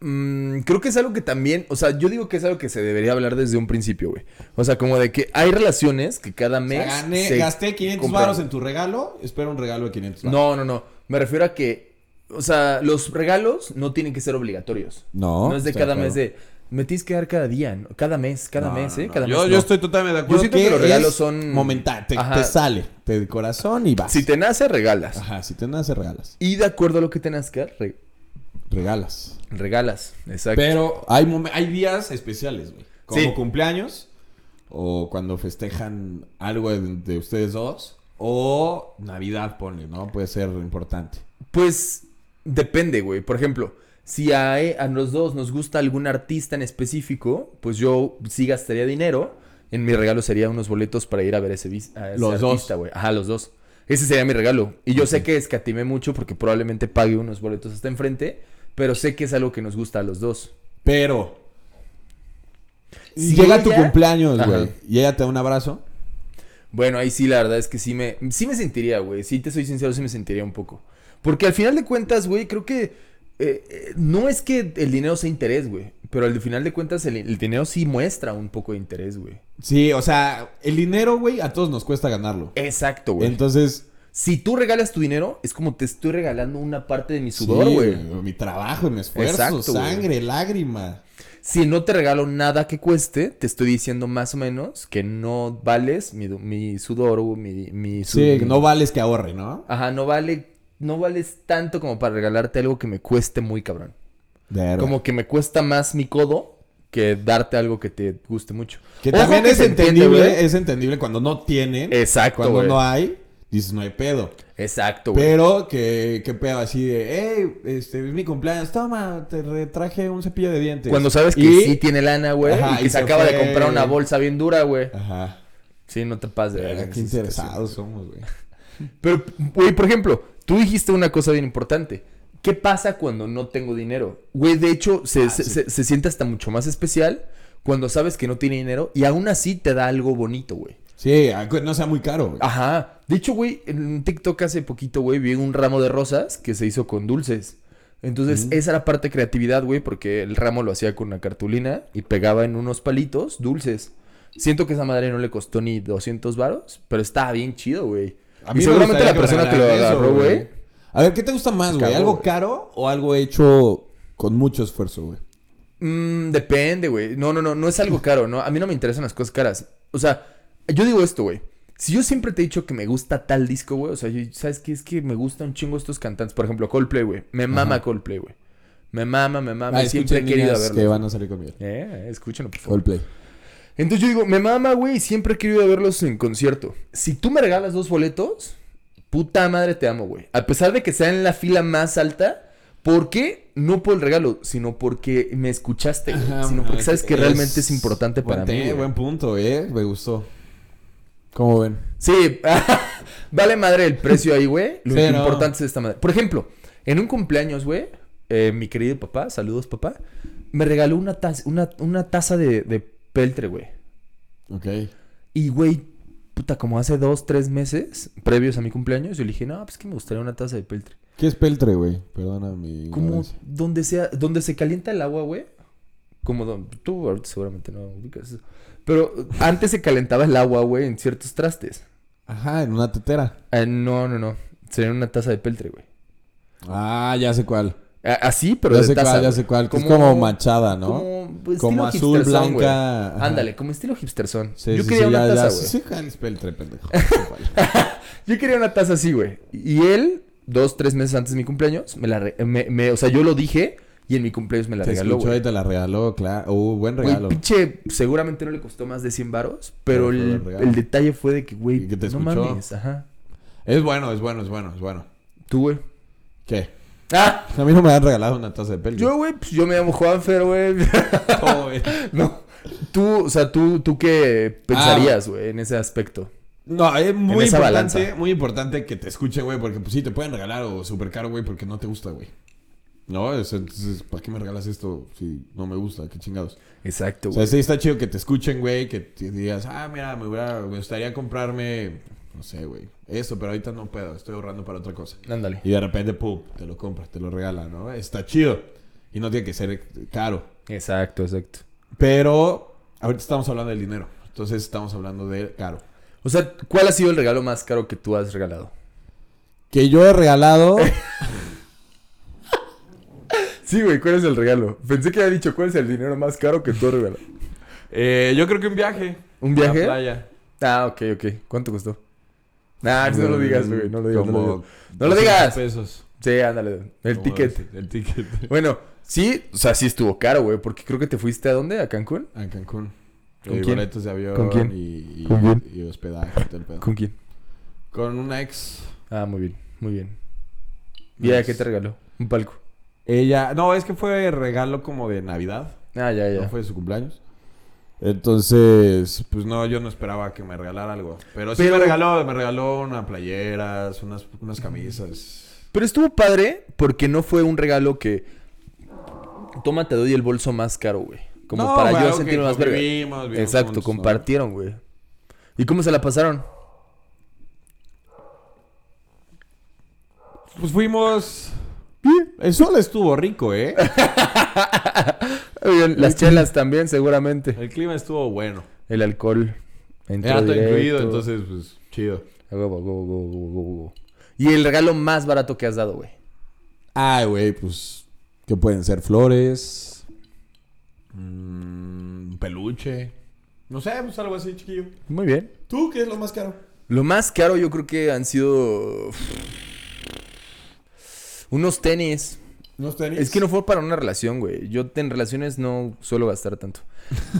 Speaker 3: mm, creo que es algo que también, o sea, yo digo que es algo que se debería hablar desde un principio, güey. O sea, como de que hay relaciones que cada mes... se compran.
Speaker 1: en tu regalo, espero un regalo de 500
Speaker 3: No, no, no. Me refiero a que, o sea, los regalos no tienen que ser obligatorios.
Speaker 1: No.
Speaker 3: No, es de
Speaker 1: estoy
Speaker 3: cada
Speaker 1: acuerdo.
Speaker 3: mes de... Me tienes que dar cada día, ¿no? cada mes, cada
Speaker 1: No,
Speaker 3: mes,
Speaker 1: no,
Speaker 3: ¿eh?
Speaker 1: no.
Speaker 3: Cada
Speaker 1: Yo-
Speaker 3: mes.
Speaker 1: yo
Speaker 3: no.
Speaker 1: estoy
Speaker 2: totalmente de
Speaker 3: acuerdo. siento que los
Speaker 1: es
Speaker 3: regalos son-
Speaker 1: Momental, te,
Speaker 3: Ajá.
Speaker 1: te sale te- de corazón y vas.
Speaker 3: Si te nace, regalas.
Speaker 1: Ajá, si te nace, regalas.
Speaker 3: Y de acuerdo a lo que te nazca, re-
Speaker 1: Regalas.
Speaker 3: regalas. Exacto.
Speaker 1: Pero hay, momen- hay días especiales, güey. Como
Speaker 3: Sí.
Speaker 1: cumpleaños, o cuando festejan algo de, de ustedes dos, o Navidad, ponle, ¿no? Puede ser importante.
Speaker 3: Pues depende, güey. Por ejemplo, si a, e- a los dos nos gusta algún artista en específico, pues yo sí gastaría dinero. En mi regalo sería unos boletos para ir a ver ese, vis- a ese
Speaker 1: Los dos.
Speaker 3: artista, güey. Ajá, los dos. Ese sería mi regalo. Y yo sé que escatimé mucho porque probablemente pague unos boletos hasta enfrente, pero sé que es algo que nos gusta a los dos.
Speaker 1: Pero.
Speaker 3: Si
Speaker 1: llega tu
Speaker 3: ella-
Speaker 1: cumpleaños,
Speaker 3: Ajá.
Speaker 1: güey. Y ella te da un abrazo.
Speaker 3: Bueno, ahí sí, la verdad es que sí me, sí me sentiría, güey. Si te soy sincero, sí me sentiría un poco. Porque al final de cuentas, güey, creo que eh, eh, no es que el dinero sea interés, güey. Pero al final de cuentas, el, el dinero sí muestra un poco de interés, güey.
Speaker 1: Sí, o sea, el dinero, güey, a todos nos cuesta ganarlo.
Speaker 3: Exacto, güey.
Speaker 1: Entonces.
Speaker 3: si tú regalas tu dinero, es como te estoy regalando una parte de mi
Speaker 1: sí,
Speaker 3: sudor, güey.
Speaker 1: Mi trabajo, mi esfuerzo,
Speaker 3: Exacto, güey.
Speaker 1: sangre, lágrima.
Speaker 3: Si no te regalo nada que cueste, te estoy diciendo más o menos que no vales mi, du- mi sudor, güey, mi, mi
Speaker 1: Sí,
Speaker 3: sud-
Speaker 1: no vales que ahorre, ¿no?
Speaker 3: Ajá, no vale, no vales tanto como para regalarte algo que me cueste muy cabrón.
Speaker 1: Verga.
Speaker 3: Como que me cuesta más mi codo que darte algo que te guste mucho.
Speaker 1: Que
Speaker 3: Ojo
Speaker 1: también es
Speaker 3: se entiende,
Speaker 1: entendible,
Speaker 3: güey.
Speaker 1: es entendible cuando no tienen.
Speaker 3: Exacto,
Speaker 1: Cuando
Speaker 3: güey.
Speaker 1: no hay, dices no hay pedo.
Speaker 3: Exacto, güey.
Speaker 1: Pero que, que pedo así de, hey, este es mi cumpleaños, toma, te re- traje un cepillo de dientes.
Speaker 3: Cuando sabes que
Speaker 1: Y-
Speaker 3: sí tiene lana, güey,
Speaker 1: Ajá, y
Speaker 3: y que se
Speaker 1: se
Speaker 3: acaba de
Speaker 1: fue.
Speaker 3: comprar una bolsa bien dura, güey.
Speaker 1: Ajá.
Speaker 3: Sí, no te pases de verga en
Speaker 1: Qué
Speaker 3: esa
Speaker 1: interesados somos, güey.
Speaker 3: situación. Pero, güey, por ejemplo, tú dijiste una cosa bien importante. ¿Qué pasa cuando no tengo dinero? Güey, de hecho, se, se- se- se siente hasta mucho más especial cuando sabes que no tiene dinero y aún así te da algo bonito, güey.
Speaker 1: Sí, a- que no sea muy caro. güey.
Speaker 3: Ajá. De hecho, güey, en TikTok hace poquito, güey, vi un ramo de rosas que se hizo con dulces.
Speaker 1: Mm.
Speaker 3: Entonces, esa era parte de creatividad, güey, porque el ramo lo hacía con una cartulina y pegaba en unos palitos dulces. Siento que esa madre no le costó ni 200 varos, pero estaba bien chido, güey.
Speaker 1: A
Speaker 3: Y
Speaker 1: mí me
Speaker 3: seguramente
Speaker 1: gustaría
Speaker 3: la persona que lo
Speaker 1: regalaran eso,
Speaker 3: agarró, güey.
Speaker 1: A ver, ¿qué te gusta más, güey?
Speaker 3: Cagó,
Speaker 1: ¿Algo
Speaker 3: güey.
Speaker 1: caro o algo hecho con mucho esfuerzo, güey?
Speaker 3: Mm, depende, güey. No, no, no, no es algo caro, ¿no? A mí no me interesan las cosas caras. O sea, yo digo esto, güey. Si yo siempre te he dicho que me gusta tal disco, güey, o sea, yo- ¿sabes qué? Es que me gustan un chingo estos cantantes. Por ejemplo, Coldplay, güey. Me mama Coldplay, güey. Me mama, me mama.
Speaker 1: Ah,
Speaker 3: y siempre he
Speaker 1: escuchen,
Speaker 3: querido
Speaker 1: niñas que
Speaker 3: verlos.
Speaker 1: van a salir conmigo.
Speaker 3: Eh, escúchenlo, por favor.
Speaker 1: Coldplay.
Speaker 3: Entonces yo digo, me mama, güey, y siempre he querido verlos en concierto. Si tú me regalas dos boletos, puta madre te amo, güey. A pesar de que sea en la fila más alta, ¿por qué? No por el regalo, sino porque me escuchaste, güey.
Speaker 1: Ajá,
Speaker 3: sino porque
Speaker 1: bueno,
Speaker 3: sabes que realmente es importante
Speaker 1: buen
Speaker 3: para
Speaker 1: té,
Speaker 3: mí. güey.
Speaker 1: Buen punto, eh. Me gustó. ¿Cómo ven?
Speaker 3: Sí, vale madre el precio ahí, güey. Lo
Speaker 1: Sí, no.
Speaker 3: importante es esta madre. Por ejemplo, en un cumpleaños, güey, eh, mi querido papá, saludos papá, me regaló una taza, una, una taza de, de peltre, güey.
Speaker 1: Ok.
Speaker 3: Y, güey, puta, como hace dos, tres meses, previos a mi cumpleaños, yo le dije, no, pues que me gustaría una taza de peltre.
Speaker 1: ¿Qué es peltre, güey? Perdona mi.
Speaker 3: Como
Speaker 1: ignorancia.
Speaker 3: donde sea, donde se calienta el agua, güey. Como donde, tú ahorita seguramente no ubicas eso. Pero antes se calentaba el agua, güey, en ciertos trastes.
Speaker 1: Ajá, en una tetera.
Speaker 3: Ah, no, no, no. Sería una taza de peltre, güey.
Speaker 1: Ah, ya sé cuál.
Speaker 3: A- Así, pero
Speaker 1: ya
Speaker 3: de
Speaker 1: sé
Speaker 3: taza.
Speaker 1: cuál, ya
Speaker 3: güey.
Speaker 1: sé cuál. que es como manchada, ¿no?
Speaker 3: Como, pues,
Speaker 1: Como
Speaker 3: estilo
Speaker 1: azul,
Speaker 3: hipsterzón, güey.
Speaker 1: blanca. ajá.
Speaker 3: Ándale, como estilo hipsterzón.
Speaker 1: Sí,
Speaker 3: yo
Speaker 1: sí,
Speaker 3: quería
Speaker 1: sí,
Speaker 3: una
Speaker 1: ya,
Speaker 3: taza,
Speaker 1: ya,
Speaker 3: güey.
Speaker 1: sí, sí, jala, es peltre, pendejo.
Speaker 3: Yo quería una taza así, güey. Y él, dos, tres meses antes de mi cumpleaños, me la re- me, me- o sea, yo lo dije y en mi cumpleaños me la
Speaker 1: te
Speaker 3: regaló,
Speaker 1: escuchó
Speaker 3: güey.
Speaker 1: y te la regaló, claro. Uh, buen
Speaker 3: Güey,
Speaker 1: regalo.
Speaker 3: pinche, seguramente no le costó más de 100 varos, pero
Speaker 1: Pero fue
Speaker 3: el,
Speaker 1: buen regalo.
Speaker 3: el detalle fue de que, güey,
Speaker 1: Y que te
Speaker 3: no
Speaker 1: escuchó.
Speaker 3: mames, ajá.
Speaker 1: Es bueno, es bueno, es bueno, es bueno.
Speaker 3: Tú, güey.
Speaker 1: ¿Qué?
Speaker 3: Ah,
Speaker 1: A mí no me han regalado una taza de peltre.
Speaker 3: yo, güey, pues yo me llamo Juanfer, güey.
Speaker 1: ¿Cómo ves?
Speaker 3: no. Tú, o sea, tú, tú qué pensarías, güey, en ese aspecto.
Speaker 1: No, es muy
Speaker 3: esa
Speaker 1: importante,
Speaker 3: balanza.
Speaker 1: muy importante que te escuche, güey, porque pues sí, te pueden regalar o súper caro, güey, porque no te gusta, güey. No, es- entonces, ¿para qué me regalas esto si no me gusta? Qué chingados.
Speaker 3: Exacto,
Speaker 1: O sea,
Speaker 3: güey.
Speaker 1: sí está chido que te escuchen, güey, que te digas, ah, mira, me, hubiera- me gustaría comprarme No sé, güey. Eso, pero ahorita no puedo. Estoy ahorrando para otra cosa.
Speaker 3: Ándale.
Speaker 1: Y de repente, pum, te lo compras, te lo regalan, ¿no? Está chido. Y no tiene que ser caro.
Speaker 3: Exacto, exacto.
Speaker 1: Pero ahorita estamos hablando del dinero. Entonces estamos hablando de caro.
Speaker 3: O sea, ¿cuál ha sido el regalo más caro que tú has regalado?
Speaker 1: Que yo he regalado.
Speaker 3: Sí, güey, ¿cuál es el regalo? Pensé que había dicho cuál es el dinero más caro que tú has regalado.
Speaker 1: eh, yo creo que un viaje.
Speaker 3: ¿Un viaje?
Speaker 1: A la playa.
Speaker 3: Ah, ok, ok. ¿Cuánto costó? Nah, Ah, no lo digas, güey. No lo digas. No lo
Speaker 1: Como
Speaker 3: digas. No lo digas.
Speaker 1: pesos.
Speaker 3: Sí, ándale. El
Speaker 1: Como
Speaker 3: ticket.
Speaker 1: el- El ticket.
Speaker 3: Bueno, sí, o sea, sí estuvo caro, güey, porque creo que te fuiste a dónde? ¿A Cancún?
Speaker 1: A Cancún.
Speaker 3: ¿Con
Speaker 1: Y
Speaker 3: quién?
Speaker 1: boletos de avión.
Speaker 3: ¿Con quién?
Speaker 1: Y, y-
Speaker 3: ¿Con quién?
Speaker 1: y hospedaje. y todo el pedo.
Speaker 3: ¿Con quién?
Speaker 1: Con una ex.
Speaker 3: Ah, muy bien, muy bien. ¿Y a qué te regaló? Un palco.
Speaker 1: Ella. No, es que fue regalo como de Navidad.
Speaker 3: Ah, ya, ya.
Speaker 1: No fue de su cumpleaños. Entonces, pues no, yo no esperaba que me regalara algo. Pero sí
Speaker 3: Pero-
Speaker 1: me regaló, me regaló unas playeras, unas, unas camisas.
Speaker 3: Pero estuvo padre porque no fue un regalo que... Toma, te doy el bolso más caro, güey. Como
Speaker 1: No,
Speaker 3: para
Speaker 1: güey,
Speaker 3: yo
Speaker 1: algo que
Speaker 3: sentirme más verga.
Speaker 1: convivimos, vivimos
Speaker 3: Exacto,
Speaker 1: juntos, ¿no?
Speaker 3: compartieron, güey. ¿Y cómo se la pasaron?
Speaker 1: Pues fuimos. El sol estuvo rico, ¿eh?
Speaker 3: Las chelas también, seguramente.
Speaker 1: El clima estuvo bueno.
Speaker 3: El alcohol. entró
Speaker 1: Era todo incluido,
Speaker 3: directo.
Speaker 1: entonces, pues, chido.
Speaker 3: A huevo, a huevo, a huevo, a huevo, a huevo. Y el regalo más barato que has dado, güey.
Speaker 2: Ay, güey, pues. ¿Qué pueden ser? Flores.
Speaker 1: Mm, un peluche. No sé, pues algo así, chiquillo.
Speaker 3: Muy bien.
Speaker 1: ¿Tú qué es lo más caro?
Speaker 3: Lo más caro yo creo que han sido unos tenis.
Speaker 1: ¿No tenis?
Speaker 3: Es que no fue para una relación, güey. Yo en relaciones no suelo gastar tanto.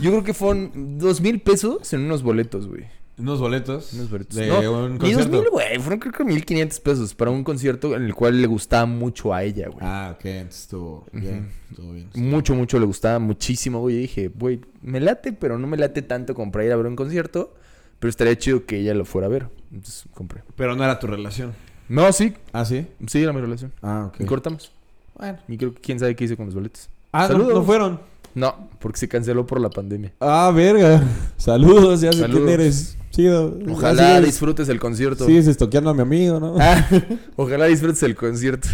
Speaker 3: Yo creo que fueron dos mil pesos en unos boletos, güey.
Speaker 1: Unos boletos.
Speaker 3: Unos boletos.
Speaker 1: De
Speaker 3: No,
Speaker 1: un
Speaker 3: ni dos
Speaker 1: concierto.
Speaker 3: mil, güey. Fueron creo que mil quinientos pesos para un concierto en el cual le gustaba mucho a ella, güey.
Speaker 1: Ah, ok, entonces estuvo bien. Estuvo bien.
Speaker 3: Mucho, mucho le gustaba, muchísimo, güey. Y dije, güey, me late, pero no me late tanto como para ir a ver un concierto. Pero estaría chido que ella lo fuera a ver. Entonces compré.
Speaker 1: Pero no era tu relación.
Speaker 3: No, sí,
Speaker 1: ¿Ah, sí?
Speaker 3: sí, era mi relación.
Speaker 1: Ah, ok.
Speaker 3: Y cortamos.
Speaker 1: Bueno.
Speaker 3: Y creo que quién sabe qué hice con los boletos.
Speaker 1: Ah, no,
Speaker 3: Saludos.
Speaker 1: no fueron.
Speaker 3: No, porque se canceló por la pandemia.
Speaker 2: Ah, verga. Saludos, ya sé
Speaker 3: Saludos.
Speaker 2: quién eres. Chido.
Speaker 3: Ojalá
Speaker 2: Ya sigues-
Speaker 3: disfrutes el concierto.
Speaker 2: Sigues estoqueando a mi amigo, ¿no?
Speaker 3: Ah, ojalá disfrutes el concierto.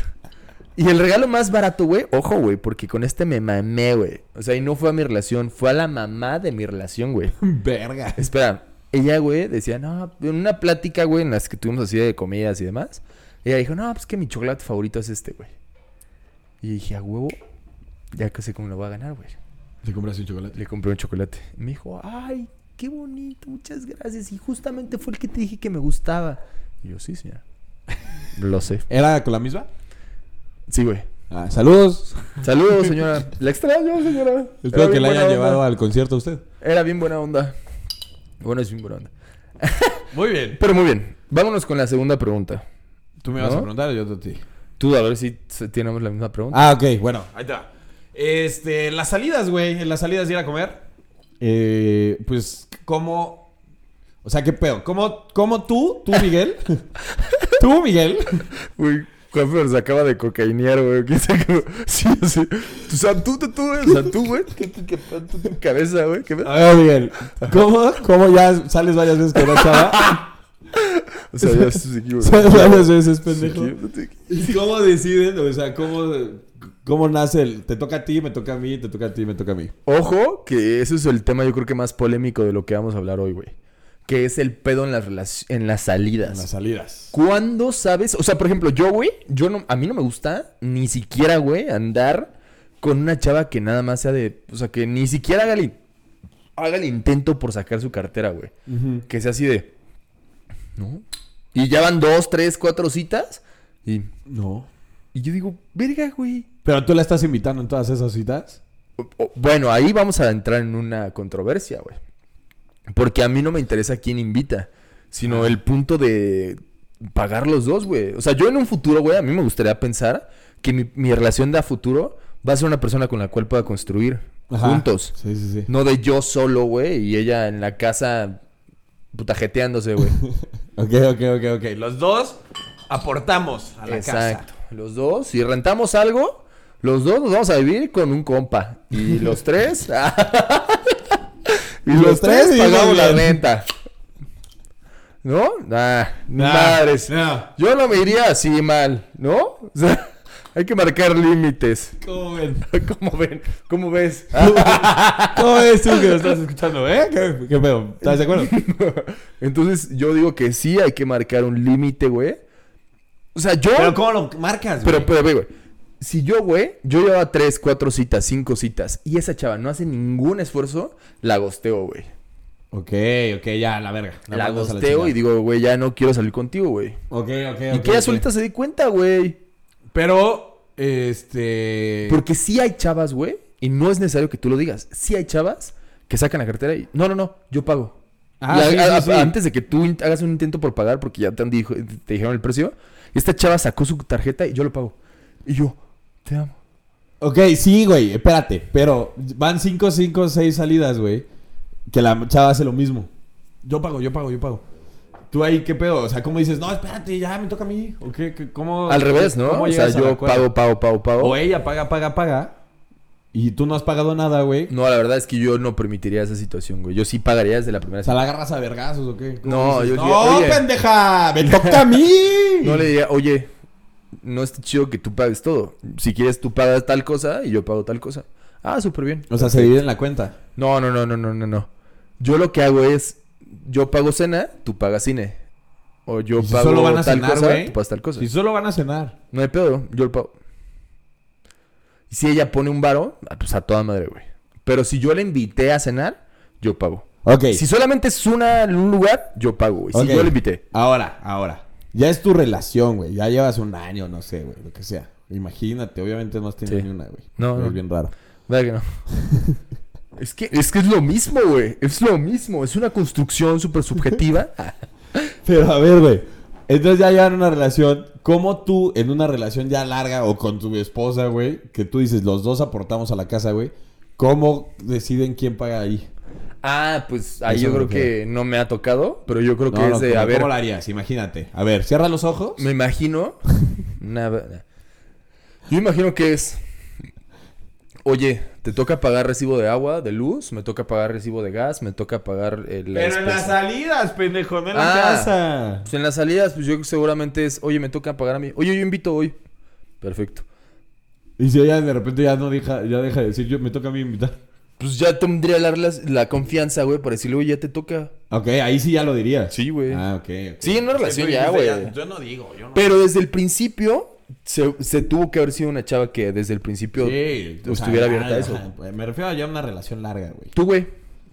Speaker 3: Y el regalo más barato, güey, ojo, güey, porque con este me mamé, güey. O sea, y no fue a mi relación, fue a la mamá de mi relación, güey.
Speaker 2: Verga.
Speaker 3: Espera, ella, güey, decía, no, en una plática, güey, en las que tuvimos así de comidas y demás, ella dijo, no, pues que mi chocolate favorito es este, güey. Y dije, a huevo, ya que sé cómo lo voy a ganar, güey.
Speaker 1: ¿Te compraste un chocolate?
Speaker 3: Le compré un chocolate. Y me dijo, ay, qué bonito, muchas gracias. Y justamente fue el que te dije que me gustaba. Y yo, sí, señora. lo sé.
Speaker 1: ¿Era con la misma?
Speaker 3: Sí, güey.
Speaker 2: Ah, saludos.
Speaker 3: Saludos, señora. La extraño, señora.
Speaker 2: Espero que
Speaker 3: Era bien
Speaker 2: la
Speaker 3: buena
Speaker 2: hayan
Speaker 3: onda.
Speaker 2: llevado al concierto a usted.
Speaker 3: Era bien buena onda. Bueno, es bien buena onda.
Speaker 1: Muy bien.
Speaker 3: Pero muy bien. Vámonos con la segunda pregunta.
Speaker 1: Tú me
Speaker 3: ¿No?
Speaker 1: vas a preguntar y yo a ti.
Speaker 3: Tú, a ver si se- tenemos la misma pregunta.
Speaker 2: Ah, ok, bueno.
Speaker 1: Ahí está. Este, las salidas, güey. En las salidas de ir a comer.
Speaker 2: Eh, pues,
Speaker 1: ¿Cómo? O sea, ¿qué pedo? ¿Cómo, cómo tú, tú, Miguel? tú, Miguel.
Speaker 2: Ah.
Speaker 3: Uy, Juanfer se acaba de cocaínear, güey. ¿Qué se acabó? Sí, sí. O sea, tú, tú, tú, güey. O sea, tú, güey. ¿Qué, qué, qué, tú, tu cabeza, güey? ¿Qué,
Speaker 2: a ver, Miguel. ¿Cómo, cómo ya sales varias veces con una chava? Ah.
Speaker 3: o sea, ya sí, güey.
Speaker 2: Sales varias veces,
Speaker 3: Sí,
Speaker 2: pendejo.
Speaker 3: sí, sí.
Speaker 1: ¿Y cómo deciden?
Speaker 2: O sea, ¿cómo, ¿cómo nace el te toca a ti, me toca a mí, te toca a ti, me toca a mí?
Speaker 3: Ojo, que eso es el tema yo creo que más polémico de lo que vamos a hablar hoy, güey. Que es el pedo en las, relac- en las
Speaker 2: En
Speaker 3: salidas.
Speaker 2: las salidas.
Speaker 3: ¿Cuándo sabes? O sea, por ejemplo, yo, güey, yo no, a mí no me gusta ni siquiera, güey, andar con una chava que nada más sea de, o sea, que ni siquiera haga el, in- haga el intento por sacar su cartera, güey. Que sea así de, ¿no? Y ya van dos, tres, cuatro citas y,
Speaker 2: No.
Speaker 3: y yo digo, verga, güey.
Speaker 2: ¿Pero tú la estás invitando en todas esas citas?
Speaker 3: O- o- Bueno, ahí vamos a entrar en una controversia, güey. Porque a mí no me interesa quién invita, sino el punto de pagar los dos, güey. O sea, yo en un futuro, güey, a mí me gustaría pensar que mi, mi relación de a futuro va a ser una persona con la cual pueda construir
Speaker 2: Ajá.
Speaker 3: juntos.
Speaker 2: Sí, sí, sí.
Speaker 3: No de yo solo, güey, y ella en la casa putajeteándose, güey.
Speaker 2: Ok, ok, ok, ok.
Speaker 1: Los dos aportamos a la casa.
Speaker 3: Exacto. Los dos, si rentamos algo, los dos nos vamos a vivir con un compa. Y los tres. y los,
Speaker 2: los
Speaker 3: tres
Speaker 2: tres
Speaker 3: pagamos
Speaker 2: vivimos
Speaker 3: la
Speaker 2: bien.
Speaker 3: renta. ¿No? Nah,
Speaker 1: Nah,
Speaker 3: madres.
Speaker 1: nah.
Speaker 3: Yo no me iría así mal, ¿no? O sea, hay que marcar límites.
Speaker 1: ¿Cómo ven?
Speaker 3: ¿Cómo ven? ¿Cómo ves?
Speaker 1: ¿Cómo ves tú que lo estás escuchando, eh? ¿Qué, qué pedo? ¿Estás de acuerdo?
Speaker 3: Entonces, yo digo que sí hay que marcar un límite, güey. O sea, yo.
Speaker 1: Pero ¿cómo lo marcas, güey?
Speaker 3: Pero, pero, ve, güey. Si yo, güey, yo llevaba tres, cuatro citas, cinco citas, y esa chava no hace ningún esfuerzo, la gosteo, güey.
Speaker 1: Ok, ok, ya, la verga.
Speaker 3: La,
Speaker 1: mandas a
Speaker 3: gosteo
Speaker 1: chingada.
Speaker 3: y digo, güey, ya no quiero salir contigo, güey.
Speaker 1: Ok, ok, ok.
Speaker 3: y que ella
Speaker 1: ok.
Speaker 3: solita se dé cuenta, güey.
Speaker 1: Pero, este...
Speaker 3: Porque sí hay chavas, güey, y no es necesario que tú lo digas. Sí hay chavas que sacan la cartera y, no, no, no, yo pago.
Speaker 1: Ah,
Speaker 3: Y a-
Speaker 1: sí,
Speaker 3: a-
Speaker 1: sí, sí.
Speaker 3: Antes de que tú in- hagas un intento por pagar, porque ya te, han dijo- te dijeron el precio, esta chava sacó su tarjeta y yo lo pago. Y yo, te amo.
Speaker 1: Ok, sí, güey, espérate. Pero van 5, 5, 6 salidas, güey. Que la chava hace lo mismo. Yo pago, yo pago, yo pago. Tú ahí, ¿qué pedo? O sea, ¿cómo dices? No, espérate, ya me toca a mí. ¿O qué? qué- ¿Cómo?
Speaker 3: Al revés, ¿no?
Speaker 1: ¿cómo
Speaker 3: O sea,
Speaker 1: llegas al
Speaker 3: yo
Speaker 1: acuerdo?
Speaker 3: pago, pago, pago, pago.
Speaker 1: O ella paga, paga, paga. Y tú no has pagado nada, güey.
Speaker 3: No, la verdad es que yo no permitiría esa situación, güey. Yo sí pagaría desde la primera
Speaker 1: O sea,
Speaker 3: cita.
Speaker 1: la agarras a vergazos, ¿o qué? ¿Cómo
Speaker 3: No,
Speaker 1: dices?
Speaker 3: yo diría,
Speaker 1: ¡No,
Speaker 3: "Oye".
Speaker 1: pendeja! ¡Me toca a mí!
Speaker 3: No le diría, oye, no está chido que tú pagues todo. Si quieres, tú pagas tal cosa y yo pago tal cosa. Ah, súper bien.
Speaker 1: O sea, se dividen la cuenta.
Speaker 3: No, no, no, no, no, no, no. Yo lo que hago es, yo pago cena, tú pagas cine. O yo
Speaker 1: ¿Y si
Speaker 3: pago
Speaker 1: solo van a
Speaker 3: tal
Speaker 1: cenar,
Speaker 3: cosa,
Speaker 1: güey?
Speaker 3: tú pagas tal cosa.
Speaker 1: Si solo van a cenar.
Speaker 3: No hay pedo, yo lo pago. Y si ella pone un varo, ah, pues a toda madre, güey. Pero si yo la invité a cenar, yo pago.
Speaker 1: Ok.
Speaker 3: Si solamente es una, un lugar, yo pago, güey. Si
Speaker 1: Ok.
Speaker 3: yo la invité.
Speaker 1: Ahora, ahora. Ya es tu relación, güey. Ya llevas un año, no sé, güey. Lo que sea. Imagínate, obviamente no has tenido
Speaker 3: Sí.
Speaker 1: ni una, güey.
Speaker 3: No,
Speaker 1: Es
Speaker 3: no.
Speaker 1: bien raro.
Speaker 3: ¿Verdad que no? es, que, es que es lo mismo, güey. Es lo mismo. Es una construcción súper subjetiva.
Speaker 1: Pero a ver, güey. Entonces ya llevan una relación. ¿Cómo tú, en una relación ya larga o con tu esposa, güey, que tú dices, los dos aportamos a la casa, güey, ¿cómo deciden quién paga ahí?
Speaker 3: ah, pues ahí
Speaker 1: Eso
Speaker 3: yo
Speaker 1: me
Speaker 3: creo
Speaker 1: refiero.
Speaker 3: que no me ha tocado. Pero yo creo que
Speaker 1: No, no,
Speaker 3: es de,
Speaker 1: ¿cómo-
Speaker 3: a ver,
Speaker 1: ¿Cómo lo harías? Imagínate. A ver, cierra los ojos.
Speaker 3: me imagino... Nada. Yo imagino que es... Oye, te toca pagar recibo de agua, de luz, me toca pagar recibo de gas, me toca pagar eh, la despensa.
Speaker 1: salidas, pendejo, no en
Speaker 3: la
Speaker 1: casa.
Speaker 3: Pues en las salidas, pues yo seguramente es, oye, me toca pagar a mí. Oye, yo invito hoy. Perfecto.
Speaker 1: Y si ella de repente ya no deja, ya deja de decir, yo me toca a mí invitar.
Speaker 3: Pues ya tendría la, relas- la confianza, güey, para decirle, oye, ya te toca.
Speaker 1: Ok, ahí sí ya lo dirías.
Speaker 3: Sí, güey.
Speaker 1: Ah, ok. ok.
Speaker 3: sí, en una relación ya, güey.
Speaker 2: Yo no digo, yo no.
Speaker 3: Pero desde el principio se, se tuvo que haber sido una chava que desde el principio
Speaker 1: Sí, o sea,
Speaker 3: estuviera
Speaker 1: ya,
Speaker 3: abierta a eso.
Speaker 1: ajá, pues, me refiero a ya una relación larga, güey.
Speaker 3: Tú, güey.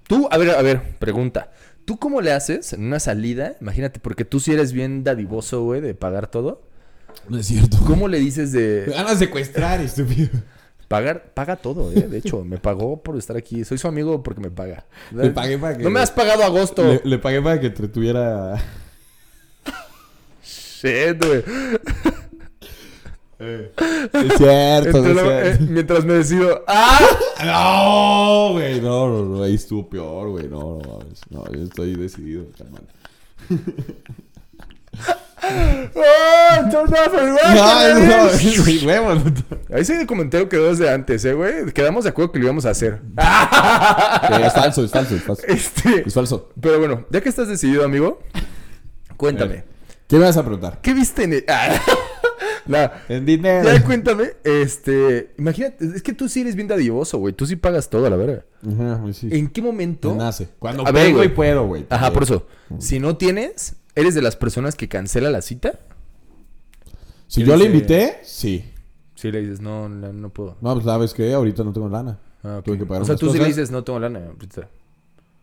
Speaker 3: Tú, a ver, a ver, pregunta. ¿Tú cómo le haces en una salida? Imagínate, porque tú sí eres bien dadivoso, güey, de pagar todo.
Speaker 1: No es cierto.
Speaker 3: ¿Cómo le dices
Speaker 1: Te
Speaker 3: de
Speaker 1: van a secuestrar, estúpido.
Speaker 3: pagar? Paga todo, eh. De hecho, me pagó por estar aquí. Soy su amigo porque me paga.
Speaker 1: Le pagué para que-
Speaker 3: No me has pagado agosto.
Speaker 1: Le, le pagué para que entretuviera.
Speaker 3: Shit, güey.
Speaker 1: Es cierto,
Speaker 3: Eh. Entre
Speaker 1: es
Speaker 3: lo- eh,
Speaker 1: cierto.
Speaker 3: mientras me decido, ¡ah!
Speaker 1: No, güey, no, no, no, ahí estuvo peor, güey. No, no, mames. no, yo estoy decidido, carnal.
Speaker 3: ¡Ah! ¡Tornazo, igual,
Speaker 1: No,
Speaker 3: también!
Speaker 1: no, sí, huevos.
Speaker 3: Ahí sigue el comentario que quedó desde antes, ¿eh, güey? Quedamos de acuerdo que lo íbamos a hacer.
Speaker 1: Sí, Es falso, es falso, es falso.
Speaker 3: Este.
Speaker 1: Es falso.
Speaker 3: Pero bueno, ya que estás decidido, amigo, cuéntame.
Speaker 1: ¿Qué me vas a preguntar?
Speaker 3: ¿Qué viste en el.? Ah, la-
Speaker 1: En dinero.
Speaker 3: Ya cuéntame, este. Imagínate, es que tú sí eres bien dadivoso, güey. Tú sí pagas todo, la verga.
Speaker 1: Ajá, güey, sí.
Speaker 3: ¿En qué momento?
Speaker 1: Me nace. Cuando
Speaker 3: A ver,
Speaker 1: vengo
Speaker 3: güey.
Speaker 1: y puedo, güey.
Speaker 3: Ajá, por eso. Si no tienes, ¿eres de las personas que cancela la cita?
Speaker 1: Si yo le
Speaker 3: Dice-
Speaker 1: invité, sí.
Speaker 3: Sí, le dices, no, no, no puedo.
Speaker 1: No, pues sabes que ahorita no tengo lana.
Speaker 3: Ah, ok.
Speaker 1: Tuve que pagar
Speaker 3: o sea,
Speaker 1: unas
Speaker 3: tú sí le
Speaker 1: cosas.
Speaker 3: dices, no tengo lana. ahorita".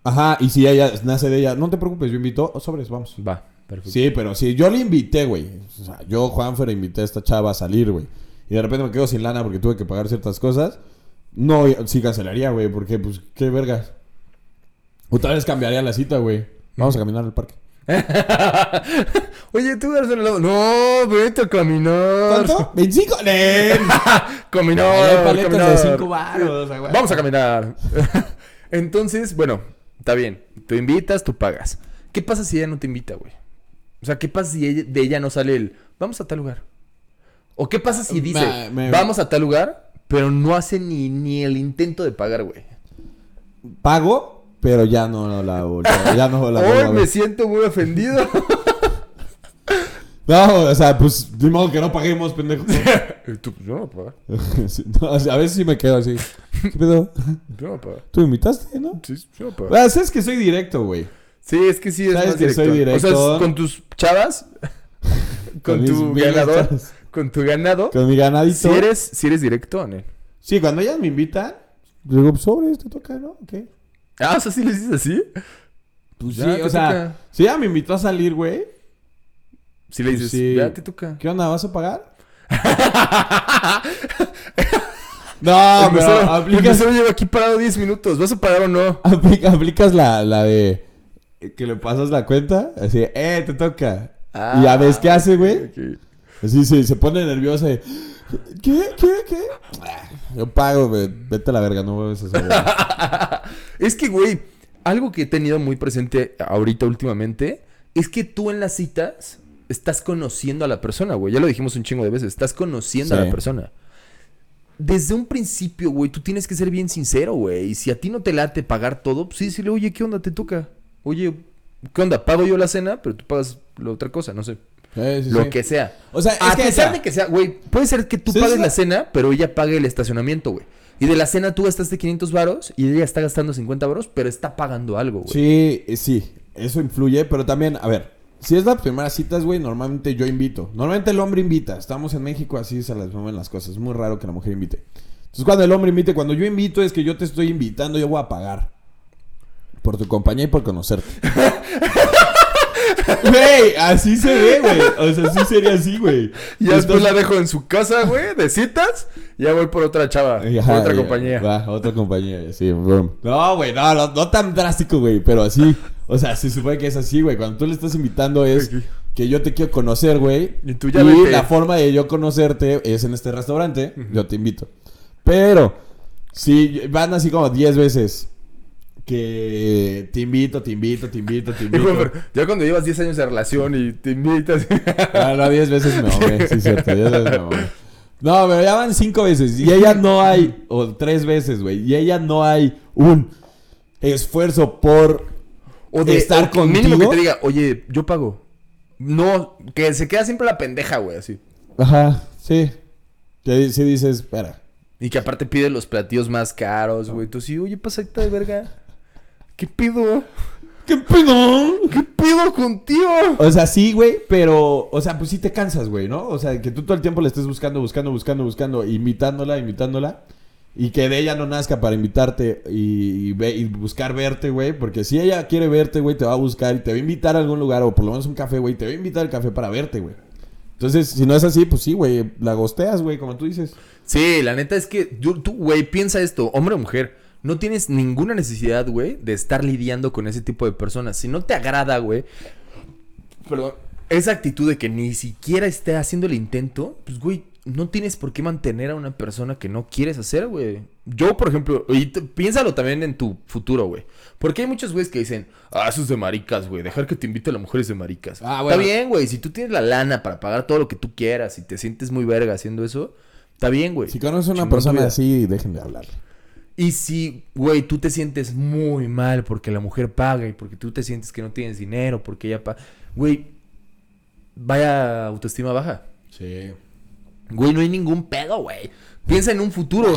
Speaker 1: Ajá, y si ella nace de ella, no te preocupes, yo invito, oh, sobres, vamos.
Speaker 3: Va, perfecto.
Speaker 1: Sí, pero si yo le invité, güey. O sea, yo, Juanfer, invité a esta chava a salir, güey. Y de repente me quedo sin lana porque tuve que pagar ciertas cosas. No, sí cancelaría, güey, porque, pues, qué vergas. O tal vez cambiaría la cita, güey. Vamos a caminar al parque.
Speaker 3: Oye, tú eres el lado. No, vete a caminar.
Speaker 1: ¿Cuánto? ¡25! ¡Nen!
Speaker 3: Caminar.
Speaker 1: Hay paletas
Speaker 3: caminar.
Speaker 1: de cinco varos, güey.
Speaker 3: Vamos a caminar. Entonces, bueno, está bien. Tú invitas, tú pagas. ¿Qué pasa si ella no te invita, güey? O sea, ¿qué pasa si ella- de ella no sale el vamos a tal lugar? ¿O qué pasa si dice
Speaker 1: Ah, Me- me-
Speaker 3: vamos a tal lugar, pero no hace ni, ni el intento de pagar, güey?
Speaker 1: Pago, pero ya no, no la volví a- ya no la volví a
Speaker 3: Hoy me
Speaker 1: ver.
Speaker 3: siento muy ofendido.
Speaker 1: No, o sea, pues de modo que no paguemos, pendejo.
Speaker 3: Y tú, yo no voy a pagar.
Speaker 1: Sí, no, o sea, a veces sí me quedo así. ¿Qué pedo?
Speaker 3: Yo no voy a pagar.
Speaker 1: ¿Tú me invitaste, no?
Speaker 3: Sí, yo no voy a pagar.
Speaker 1: Ah, sabes que soy directo, güey.
Speaker 3: Sí, es que sí es
Speaker 1: ¿Sabes
Speaker 3: más
Speaker 1: que
Speaker 3: directo.
Speaker 1: soy
Speaker 3: O sea,
Speaker 1: directo?
Speaker 3: es con tus chavas, con
Speaker 1: mis
Speaker 3: tu
Speaker 1: mil
Speaker 3: ganador,
Speaker 1: chavas.
Speaker 3: con tu ganado.
Speaker 1: Con mi ganadito.
Speaker 3: Si eres, si eres directo, Anel.
Speaker 1: Sí, cuando ellas me invitan, digo, pues, sobres, te toca, ¿no? ¿Qué?
Speaker 3: Ah, o sea, si le dices así.
Speaker 1: Pues
Speaker 3: Ya,
Speaker 1: sí,
Speaker 3: te
Speaker 1: o sea,
Speaker 3: toca.
Speaker 1: si ella me invitó a salir, güey,
Speaker 3: Si le
Speaker 1: Pues
Speaker 3: dices,
Speaker 1: sí.
Speaker 3: ya te toca.
Speaker 1: ¿qué onda? ¿Vas a pagar? No, pero
Speaker 3: Empezaron-
Speaker 1: aplicas,
Speaker 3: empezaron, llevo aquí parado 10 minutos. ¿Vas a pagar o no?
Speaker 1: aplica- aplicas la, la de que le pasas la cuenta, así, eh, te toca.
Speaker 3: Ah.
Speaker 1: y ya ves qué hace, güey.
Speaker 3: Ok.
Speaker 1: Así se, se pone nerviosa y, ¿qué? ¿Qué? ¿Qué? Ah, Yo pago, güey. Vete a la verga, no mueves eso, güey.
Speaker 3: Es que, güey, algo que he tenido muy presente ahorita últimamente es que tú en las citas estás conociendo a la persona, güey. Ya lo dijimos un chingo de veces. Estás conociendo a
Speaker 1: Sí.
Speaker 3: la persona. Desde un principio, güey, tú tienes que ser bien sincero, güey. Y si a ti no te late pagar todo, pues sí, sí, oye, ¿qué onda? Te toca. Oye, ¿qué onda? Pago yo la cena, pero tú pagas la otra cosa, no sé.
Speaker 1: Eh, sí,
Speaker 3: lo
Speaker 1: sí.
Speaker 3: que sea.
Speaker 1: O sea, es
Speaker 3: a
Speaker 1: que
Speaker 3: pesar
Speaker 1: esa-
Speaker 3: de que sea, güey, puede ser que tú
Speaker 1: Sí,
Speaker 3: pagues
Speaker 1: sí,
Speaker 3: la
Speaker 1: sí.
Speaker 3: cena, pero ella pague el estacionamiento, güey. Y de la cena tú gastaste 500 varos y ella está gastando 50 varos, pero está pagando algo, güey.
Speaker 1: Sí, eh, sí, eso influye, pero también, a ver, si es la primera cita, güey, normalmente yo invito. Normalmente el hombre invita. Estamos en México, así se las mueven las cosas. Es muy raro que la mujer invite. Entonces, cuando el hombre invite, cuando yo invito, es que yo te estoy invitando, yo voy a pagar. Por tu compañía y por conocerte. Güey, así se ve, güey. O sea, sí sería así, güey.
Speaker 3: Y ya después
Speaker 1: Entonces-
Speaker 3: la dejo en su casa, güey, de citas. y Ya voy por otra chava, por
Speaker 1: Ajá,
Speaker 3: otra
Speaker 1: ya,
Speaker 3: compañía.
Speaker 1: va, otra compañía, sí, boom. No, güey, no, no, no tan drástico, güey, pero así. O sea, se supone que es así, güey. Cuando tú le estás invitando es
Speaker 3: Ok.
Speaker 1: que yo te quiero conocer, güey.
Speaker 3: Y tú ya vete.
Speaker 1: la forma de yo conocerte es en este restaurante. Yo te invito. Pero, si van así como 10 veces que te invito, te invito, te invito, te
Speaker 3: Y,
Speaker 1: invito.
Speaker 3: güey, pero ya cuando llevas 10 años de relación y te invitas.
Speaker 1: Ah, no, 10 veces me mamé, sí, cierto, 10 veces me mamé. No, pero ya van 5 veces y ella no hay, o 3 veces, güey, y ella no hay un esfuerzo por...
Speaker 3: o
Speaker 1: estar
Speaker 3: o Mínimo que
Speaker 1: contigo.
Speaker 3: te diga, oye, yo pago. No, que se queda siempre la pendeja, güey, así.
Speaker 1: Ajá, sí. Que sí dices, espera.
Speaker 3: Y que aparte pide los platillos más caros, güey. Tú sí, oye, pasadita de verga. ¿Qué pido?
Speaker 1: ¿Qué pedo?
Speaker 3: ¿Qué pido contigo?
Speaker 1: O sea, sí, güey, pero, o sea, pues sí te cansas, güey, ¿no? O sea, que tú todo el tiempo le estés buscando, buscando, buscando, buscando, imitándola, imitándola. Y que de ella no nazca para invitarte y, y ve- y buscar verte, güey. Porque si ella quiere verte, güey, te va a buscar y te va a invitar a algún lugar o por lo menos un café, güey. Te va a invitar al café para verte, güey. Entonces, si no es así, pues sí, güey, la gosteas, güey, como tú dices.
Speaker 3: Sí, la neta es que yo- tú, güey, piensa esto, hombre o mujer. No tienes ninguna necesidad, güey, de estar lidiando con ese tipo de personas. Si no te agrada, güey. Perdón. Esa actitud de que ni siquiera esté haciendo el intento, pues, güey, no tienes por qué mantener a una persona que no quieres hacer, güey. Yo, por ejemplo, y t- piénsalo también en tu futuro, güey. Porque hay muchos güeyes que dicen, ah, eso es de maricas, güey. Dejar que te invite a la mujer es de maricas.
Speaker 1: Ah, bueno.
Speaker 3: Está bien, güey. Si tú tienes la lana para pagar todo lo que tú quieras y te sientes muy verga haciendo eso, está bien, güey.
Speaker 1: Si conoces a una
Speaker 3: Chingón tu
Speaker 1: persona
Speaker 3: vida.
Speaker 1: así, dejen de hablar.
Speaker 3: Y si, güey, tú te sientes muy mal porque la mujer paga y porque tú te sientes que no tienes dinero, porque ella paga. Güey, vaya autoestima baja.
Speaker 1: Sí.
Speaker 3: Güey, no hay ningún pedo, güey. Piensa en un futuro.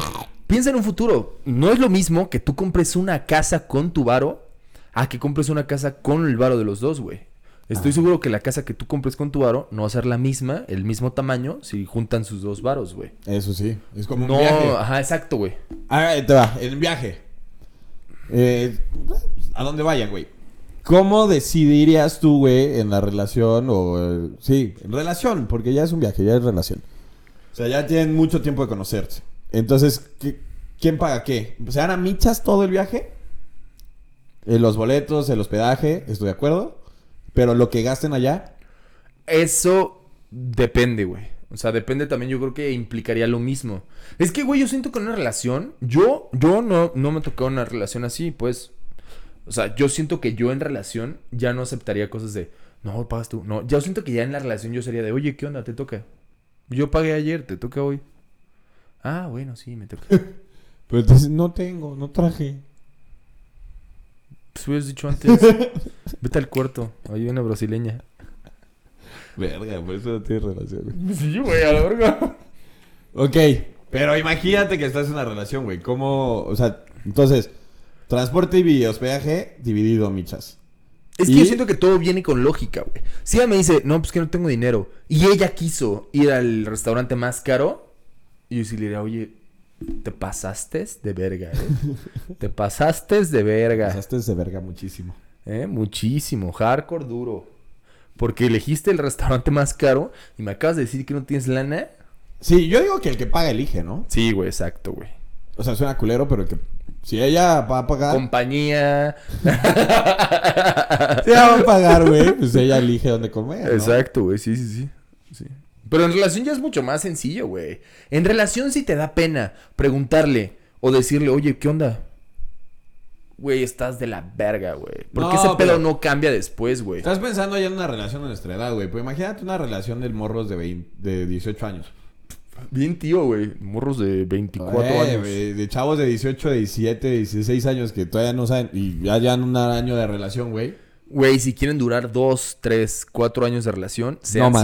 Speaker 3: Piensa en un futuro. No es lo mismo que tú compres una casa con tu varo a que compres una casa con el varo de los dos, güey. Estoy seguro que la casa que tú compres con tu varo no va a ser la misma, el mismo tamaño, si juntan sus dos varos, güey.
Speaker 1: Eso sí. Es como
Speaker 3: No,
Speaker 1: un viaje.
Speaker 3: ajá, exacto, güey.
Speaker 1: Ah, ahí te va, en viaje. Eh, a dónde vayan, güey. ¿Cómo decidirías tú, güey, en la relación o... eh, sí, en relación, porque ya es un viaje, ya es relación. O sea, ya tienen mucho tiempo de conocerse. Entonces, ¿qué- ¿quién paga qué? ¿Se van a michas todo el viaje? Eh, los boletos, el hospedaje, estoy de acuerdo. Pero lo que gasten allá...
Speaker 3: Eso depende, güey. O sea, depende también, yo creo que implicaría lo mismo. Es que, güey, yo siento que una relación, yo, yo no, no me tocó una relación así, pues. O sea, yo siento que yo en relación ya no aceptaría cosas de, no, pagas tú. No, yo siento que ya en la relación yo sería de, oye, ¿qué onda? Te toca. Yo pagué ayer, te toca hoy. Ah, bueno, sí, me toca.
Speaker 1: pues, Pero entonces, no tengo, no traje.
Speaker 3: les Pues, hubieras dicho antes. Vete al cuarto. Ahí viene brasileña.
Speaker 1: Verga, por eso no tiene relación. güey.
Speaker 3: Sí, güey, a la verga.
Speaker 1: Ok, pero imagínate que estás en una relación, güey. ¿Cómo? O sea, entonces, transporte y hospedaje dividido, michas.
Speaker 3: Es
Speaker 1: ¿Y?
Speaker 3: que yo siento que todo viene con lógica, güey. Si ella me dice, no, pues que no tengo dinero, y ella quiso ir al restaurante más caro, yo sí le diría, oye, te pasaste de verga, ¿eh? te pasaste de verga,
Speaker 1: Pasaste de verga muchísimo.
Speaker 3: ¿eh? Muchísimo, hardcore duro. Porque elegiste el restaurante más caro y me acabas de decir que no tienes lana.
Speaker 1: Sí, yo digo que el que paga elige, ¿no?
Speaker 3: Sí, güey, exacto, güey.
Speaker 1: O sea, suena culero, pero el que... Si ella va a pagar...
Speaker 3: Compañía.
Speaker 1: Si ella va a pagar, güey, pues ella elige dónde comer, ¿no?
Speaker 3: Exacto, güey, sí, sí, sí, sí. Pero en relación ya es mucho más sencillo, güey. En relación si te da pena preguntarle o decirle, oye, ¿qué onda? Güey, estás de la verga, güey. Porque
Speaker 1: No,
Speaker 3: ese pedo
Speaker 1: pero-
Speaker 3: no cambia después, güey.
Speaker 1: Estás pensando ya en una relación de nuestra edad, güey. Pues imagínate una relación del morros de, 20 de 18 años.
Speaker 3: Bien tío, güey. Morros de 24
Speaker 1: Eh,
Speaker 3: años.
Speaker 1: güey, de chavos de 18, 17, 16 años que todavía no saben y ya llevan un año de relación, güey.
Speaker 3: Güey, si quieren durar dos, tres, cuatro años de relación, sean
Speaker 1: No más.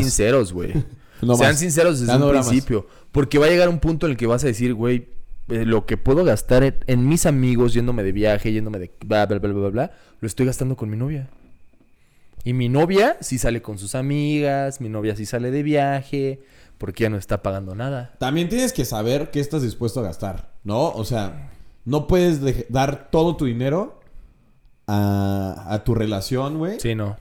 Speaker 3: sinceros, güey.
Speaker 1: Pues No
Speaker 3: sean
Speaker 1: más.
Speaker 3: sinceros desde
Speaker 1: Ya no
Speaker 3: un
Speaker 1: dura más.
Speaker 3: principio. Porque va a llegar un punto en el que vas a decir, güey, eh, lo que puedo gastar en, en mis amigos yéndome de viaje, yéndome de bla, bla, bla, bla, bla, bla, lo estoy gastando con mi novia. Y mi novia sí sale con sus amigas, mi novia sí sale de viaje, porque ya no está pagando nada.
Speaker 1: También tienes que saber qué estás dispuesto a gastar, ¿no? O sea, no puedes dej- dar todo tu dinero a, a tu relación, güey.
Speaker 3: Sí, no.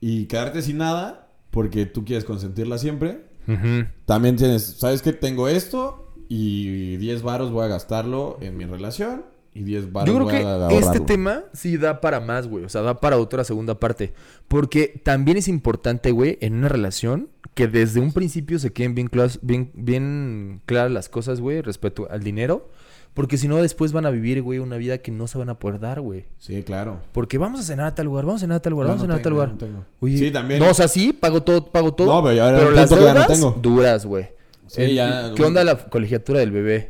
Speaker 1: Y quedarte sin nada porque tú quieres consentirla siempre.
Speaker 3: Ujú.
Speaker 1: También tienes, ¿sabes qué? Tengo esto y 10 varos voy a gastarlo en mi relación y 10 varos
Speaker 3: Yo creo
Speaker 1: voy a
Speaker 3: que
Speaker 1: ahorrar,
Speaker 3: este
Speaker 1: güey.
Speaker 3: tema sí da para más, güey. O sea, da para otra segunda parte. Porque también es importante, güey, en una relación que desde un principio se queden bien, clas- bien, bien claras las cosas, güey, respecto al dinero. Porque si no, después van a vivir, güey, una vida que no se van a poder dar, güey.
Speaker 1: Sí, claro.
Speaker 3: Porque vamos a cenar a tal lugar, vamos a cenar a tal lugar,
Speaker 1: No,
Speaker 3: vamos a
Speaker 1: no
Speaker 3: cenar a tal
Speaker 1: tengo,
Speaker 3: lugar.
Speaker 1: no tengo. Sí, también.
Speaker 3: No, o sea, sí, pago todo, pago todo.
Speaker 1: No, pero ya era
Speaker 3: pero
Speaker 1: un
Speaker 3: las
Speaker 1: punto que ya
Speaker 3: deudas
Speaker 1: no tengo.
Speaker 3: duras, güey.
Speaker 1: Sí,
Speaker 3: El-
Speaker 1: ya-
Speaker 3: ¿Qué onda la colegiatura del bebé?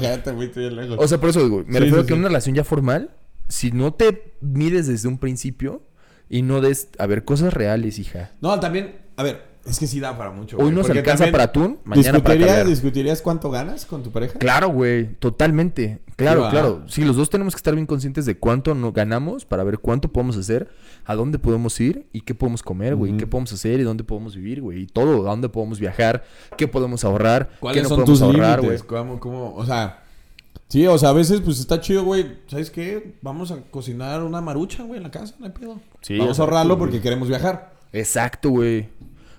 Speaker 1: Ya te fuiste bien lejos.
Speaker 3: O sea, por eso, güey, me
Speaker 1: Sí,
Speaker 3: refiero
Speaker 1: sí,
Speaker 3: a que
Speaker 1: sí.
Speaker 3: una relación ya formal, si no te mides desde un principio y no des, a ver, cosas reales, hija.
Speaker 1: No, también, a ver, es que sí da para mucho.
Speaker 3: Hoy
Speaker 1: güey,
Speaker 3: nos
Speaker 1: porque
Speaker 3: alcanza
Speaker 1: también
Speaker 3: para atún, mañana para
Speaker 1: ¿discutirías,
Speaker 3: caviar.
Speaker 1: ¿Discutirías cuánto ganas con tu pareja?
Speaker 3: Claro, güey, totalmente. Claro,
Speaker 1: va.
Speaker 3: claro. Sí, los dos tenemos que estar bien conscientes de cuánto no ganamos para ver cuánto podemos hacer, a dónde podemos ir y qué podemos comer, güey, qué podemos hacer y dónde podemos vivir, güey, y todo, a dónde podemos viajar, qué podemos ahorrar, qué
Speaker 1: ¿Cuáles
Speaker 3: no
Speaker 1: son
Speaker 3: podemos
Speaker 1: tus
Speaker 3: ahorrar, güey.
Speaker 1: límites? ¿Cómo, cómo? O sea, sí, o sea, a veces pues está chido, güey. ¿Sabes qué? Vamos a cocinar una marucha, güey, en la casa, no hay pedo.
Speaker 3: Sí,
Speaker 1: Vamos
Speaker 3: exacto,
Speaker 1: a ahorrarlo
Speaker 3: güey.
Speaker 1: porque queremos viajar.
Speaker 3: Exacto, güey.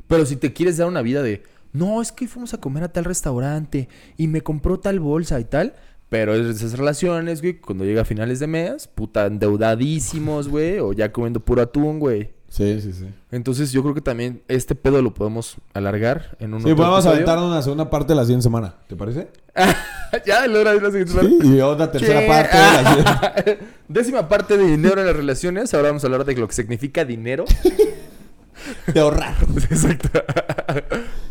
Speaker 3: Pero si te quieres dar una vida de, no, es que hoy fuimos a comer a tal restaurante y me compró tal bolsa y tal. Pero esas relaciones, güey, cuando llega a finales de mes, puta, endeudadísimos, güey, o ya comiendo puro atún, güey.
Speaker 1: Sí, sí, sí.
Speaker 3: Entonces yo creo que también este pedo lo podemos alargar en un
Speaker 1: Sí,
Speaker 3: otro
Speaker 1: vamos a
Speaker 3: episodio.
Speaker 1: aventarnos una segunda parte de la siguiente semana. ¿Te parece?
Speaker 3: ya, la hora de la siguiente semana.
Speaker 1: Sí, y otra tercera
Speaker 3: Sí.
Speaker 1: parte de la siguiente.
Speaker 3: Décima parte de dinero en las relaciones. Ahora vamos a hablar de lo que significa dinero.
Speaker 1: De ahorrar.
Speaker 3: Exacto.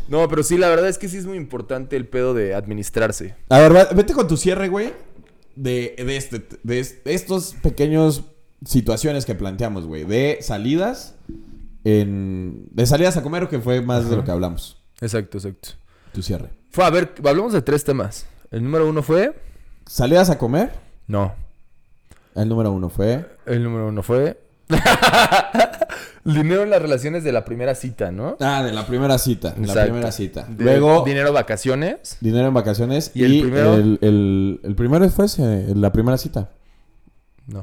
Speaker 3: No, pero sí, la verdad es que sí es muy importante el pedo de administrarse.
Speaker 1: La verdad, vete con tu cierre, güey. De, de, este, de es- de estos pequeños situaciones que planteamos, güey. De salidas en... De salidas a comer, que fue más de lo que hablamos.
Speaker 3: Exacto, exacto.
Speaker 1: Tu cierre.
Speaker 3: Fue, a ver, hablamos de tres temas. El número uno fue.
Speaker 1: Salidas a comer.
Speaker 3: No.
Speaker 1: El número uno fue...
Speaker 3: El número uno fue. dinero en las relaciones de la primera cita, ¿no?
Speaker 1: Ah, de la primera cita. de La
Speaker 3: Exacto.
Speaker 1: primera cita.
Speaker 3: De-
Speaker 1: Luego,
Speaker 3: Dinero vacaciones.
Speaker 1: dinero en vacaciones.
Speaker 3: ¿Y el primero?
Speaker 1: El, el- el primero fue ese, la primera cita.
Speaker 3: No.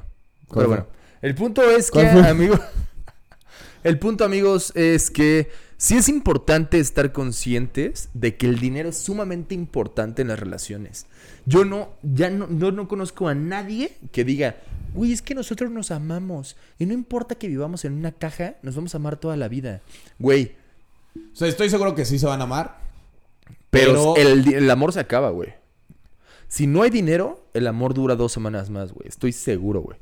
Speaker 1: ¿Cuál
Speaker 3: Pero
Speaker 1: fue?
Speaker 3: bueno. El punto es que,
Speaker 1: ¿Cuál fue?
Speaker 3: amigos. El punto, amigos, es que sí es importante estar conscientes de que el dinero es sumamente importante en las relaciones. Yo no, ya no, no, no conozco a nadie que diga, uy, es que nosotros nos amamos y no importa que vivamos en una caja, nos vamos a amar toda la vida. Güey,
Speaker 1: O sea, estoy seguro que sí se van a amar.
Speaker 3: pero,
Speaker 1: Pero-
Speaker 3: el, di- el amor se acaba, güey. Si no hay dinero, el amor dura dos semanas más, güey. Estoy seguro, güey.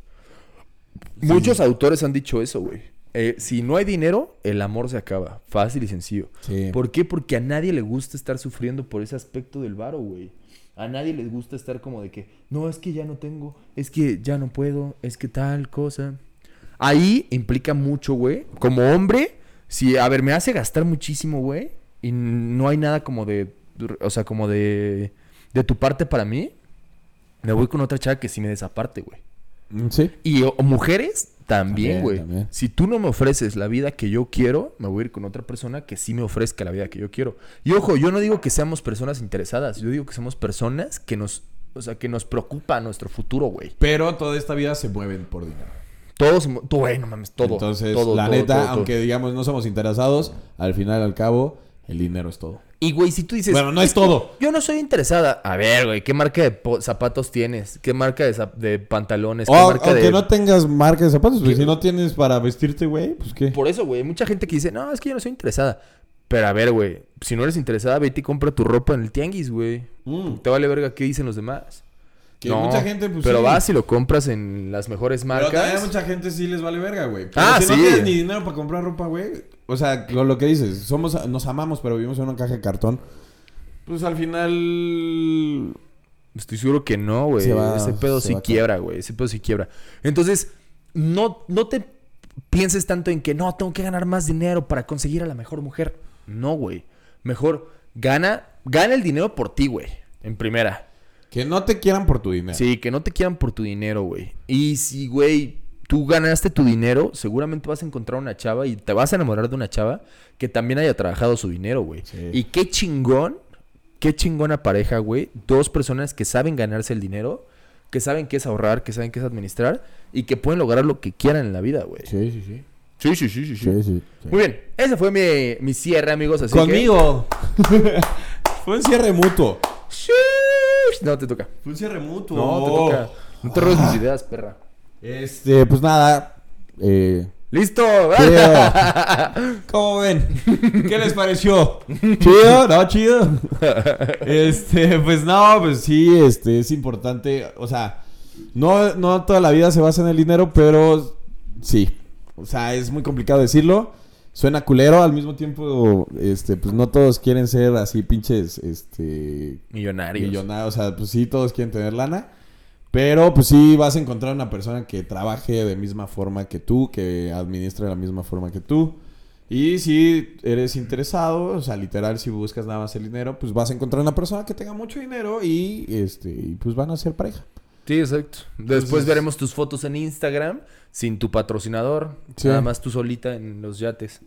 Speaker 3: Muchos autores han dicho eso, güey. Eh, si no hay dinero, el amor se acaba. Fácil y sencillo.
Speaker 1: Sí.
Speaker 3: ¿Por qué? Porque a nadie le gusta estar sufriendo por ese aspecto del varo, güey. A nadie les gusta estar como de que, no, es que ya no tengo, es que ya no puedo, es que tal cosa. Ahí implica mucho, güey. Como hombre, si, a ver, me hace gastar muchísimo, güey. Y no hay nada como de, o sea, como de, de tu parte para mí. Me voy con otra chava que sí me desaparte, güey.
Speaker 1: Sí.
Speaker 3: Y o- o mujeres también,
Speaker 1: También,
Speaker 3: güey.
Speaker 1: también.
Speaker 3: Si tú no me ofreces la vida que yo quiero, me voy a ir con otra persona que sí me ofrezca la vida que yo quiero. Y ojo, yo no digo que seamos personas interesadas, yo digo que somos personas que nos, o sea, que nos preocupa nuestro futuro, güey.
Speaker 1: Pero toda esta vida se mueven por dinero.
Speaker 3: Todos, mo- tú, bueno, mames, todo.
Speaker 1: Entonces,
Speaker 3: todo,
Speaker 1: la
Speaker 3: todo,
Speaker 1: neta,
Speaker 3: todo, todo.
Speaker 1: aunque digamos no somos interesados, al final, al cabo, el dinero es todo.
Speaker 3: Y güey, si tú dices,
Speaker 1: Bueno, no es todo.
Speaker 3: yo no soy interesada. A ver, güey, ¿qué marca de po- zapatos tienes? ¿Qué marca de, zap- de pantalones? ¿Qué
Speaker 1: O-
Speaker 3: marca
Speaker 1: aunque
Speaker 3: de
Speaker 1: no tengas marca de zapatos, pues si no tienes para vestirte, güey, pues qué.
Speaker 3: Por eso, güey. Hay mucha gente que dice, no, es que yo no soy interesada. Pero a ver, güey. Si no eres interesada, vete y compra tu ropa en el tianguis, güey.
Speaker 1: Mm.
Speaker 3: Te vale verga qué dicen los demás.
Speaker 1: Que mucha gente, pues,
Speaker 3: Pero
Speaker 1: sí.
Speaker 3: vas y lo compras en las mejores
Speaker 1: Pero también
Speaker 3: marcas.
Speaker 1: a mucha gente sí les vale verga, güey. Pero
Speaker 3: Ah,
Speaker 1: si no
Speaker 3: sí.
Speaker 1: tienes ni dinero para comprar ropa, güey. O sea, con lo que dices, somos, nos amamos, pero vivimos en una caja de cartón. Pues al final.
Speaker 3: Estoy seguro que no, güey.
Speaker 1: Se va-
Speaker 3: Ese pedo
Speaker 1: se
Speaker 3: sí
Speaker 1: va a
Speaker 3: quiebra, güey. Ese pedo sí quiebra. Entonces, no, no te pienses tanto en que no, tengo que ganar más dinero para conseguir a la mejor mujer. No, güey. Mejor gana, gana el dinero por ti, güey. En primera.
Speaker 1: Que no te quieran por tu dinero.
Speaker 3: Sí, que no te quieran por tu dinero, güey. Y si, güey, tú ganaste tu dinero, seguramente vas a encontrar una chava y te vas a enamorar de una chava que también haya trabajado su dinero, güey.
Speaker 1: Sí.
Speaker 3: Y qué chingón, qué chingona pareja, güey. Dos personas que saben ganarse el dinero, que saben qué es ahorrar, que saben qué es administrar y que pueden lograr lo que quieran en la vida, güey.
Speaker 1: Sí, sí, sí.
Speaker 3: Sí, sí, sí, sí, sí.
Speaker 1: Sí, sí, sí.
Speaker 3: Muy bien, ese fue mi, mi cierre, amigos. Así que-
Speaker 1: Conmigo. Fue un cierre mutuo.
Speaker 3: Shush. No, te toca.
Speaker 1: Fue un cierre mutuo.
Speaker 3: No, te toca. No te robes mis ideas, perra.
Speaker 1: Este, pues nada. Eh,
Speaker 3: ¡Listo!
Speaker 1: ¿Cómo ven? ¿Qué les pareció? ¿Chido? ¿No? ¿Chido? Este, pues no, pues sí, este, es importante. O sea, no, no toda la vida se basa en el dinero, pero sí. O sea, es muy complicado decirlo. Suena culero, al mismo tiempo, este, pues no todos quieren ser así pinches, este,
Speaker 3: Millonarios.
Speaker 1: millonarios. O sea, pues sí, todos quieren tener lana. Pero pues sí vas a encontrar una persona que trabaje de misma forma que tú, que administre de la misma forma que tú. Y si eres interesado, o sea, literal, si buscas nada más el dinero, pues vas a encontrar una persona que tenga mucho dinero y este y pues van a ser pareja.
Speaker 3: Sí, exacto. Después
Speaker 1: Entonces-
Speaker 3: veremos tus fotos en Instagram sin tu patrocinador.
Speaker 1: Sí.
Speaker 3: Nada más tú solita en los yates.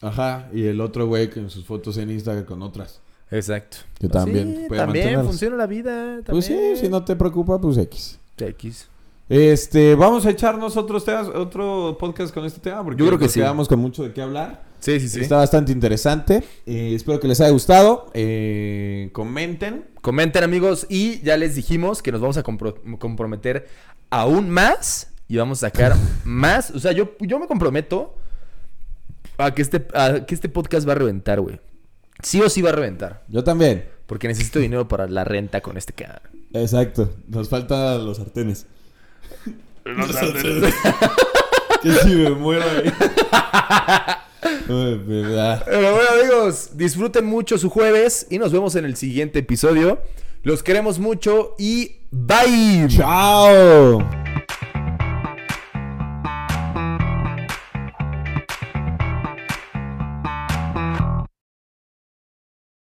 Speaker 1: Ajá, y el otro güey con sus fotos en Instagram con otras.
Speaker 3: Exacto.
Speaker 1: Que también
Speaker 3: Sí,
Speaker 1: puede
Speaker 3: también
Speaker 1: mantenerlas.
Speaker 3: funciona la vida. También.
Speaker 1: Pues sí, si no te preocupa, pues X.
Speaker 3: X.
Speaker 1: Este, vamos a echarnos otros temas, otro podcast con este tema porque
Speaker 3: Yo creo que
Speaker 1: nos
Speaker 3: sí.
Speaker 1: quedamos con mucho de qué hablar.
Speaker 3: Sí, sí, sí.
Speaker 1: Está bastante interesante. Eh, espero que les haya gustado. Eh, comenten.
Speaker 3: Comenten, amigos. Y ya les dijimos que nos vamos a compro- comprometer aún más. Y vamos a sacar más. O sea, yo, yo me comprometo a que, este, a que este podcast va a reventar, güey. Sí o sí va a reventar.
Speaker 1: Yo también.
Speaker 3: Porque necesito dinero para la renta con este canal.
Speaker 1: Exacto. Nos faltan los sartenes. Los sartenes. que si me muero ahí. Ay, verdad.
Speaker 3: Pero bueno, amigos, disfruten mucho su jueves y nos vemos en el siguiente episodio. Los queremos mucho y bye.
Speaker 1: Chao.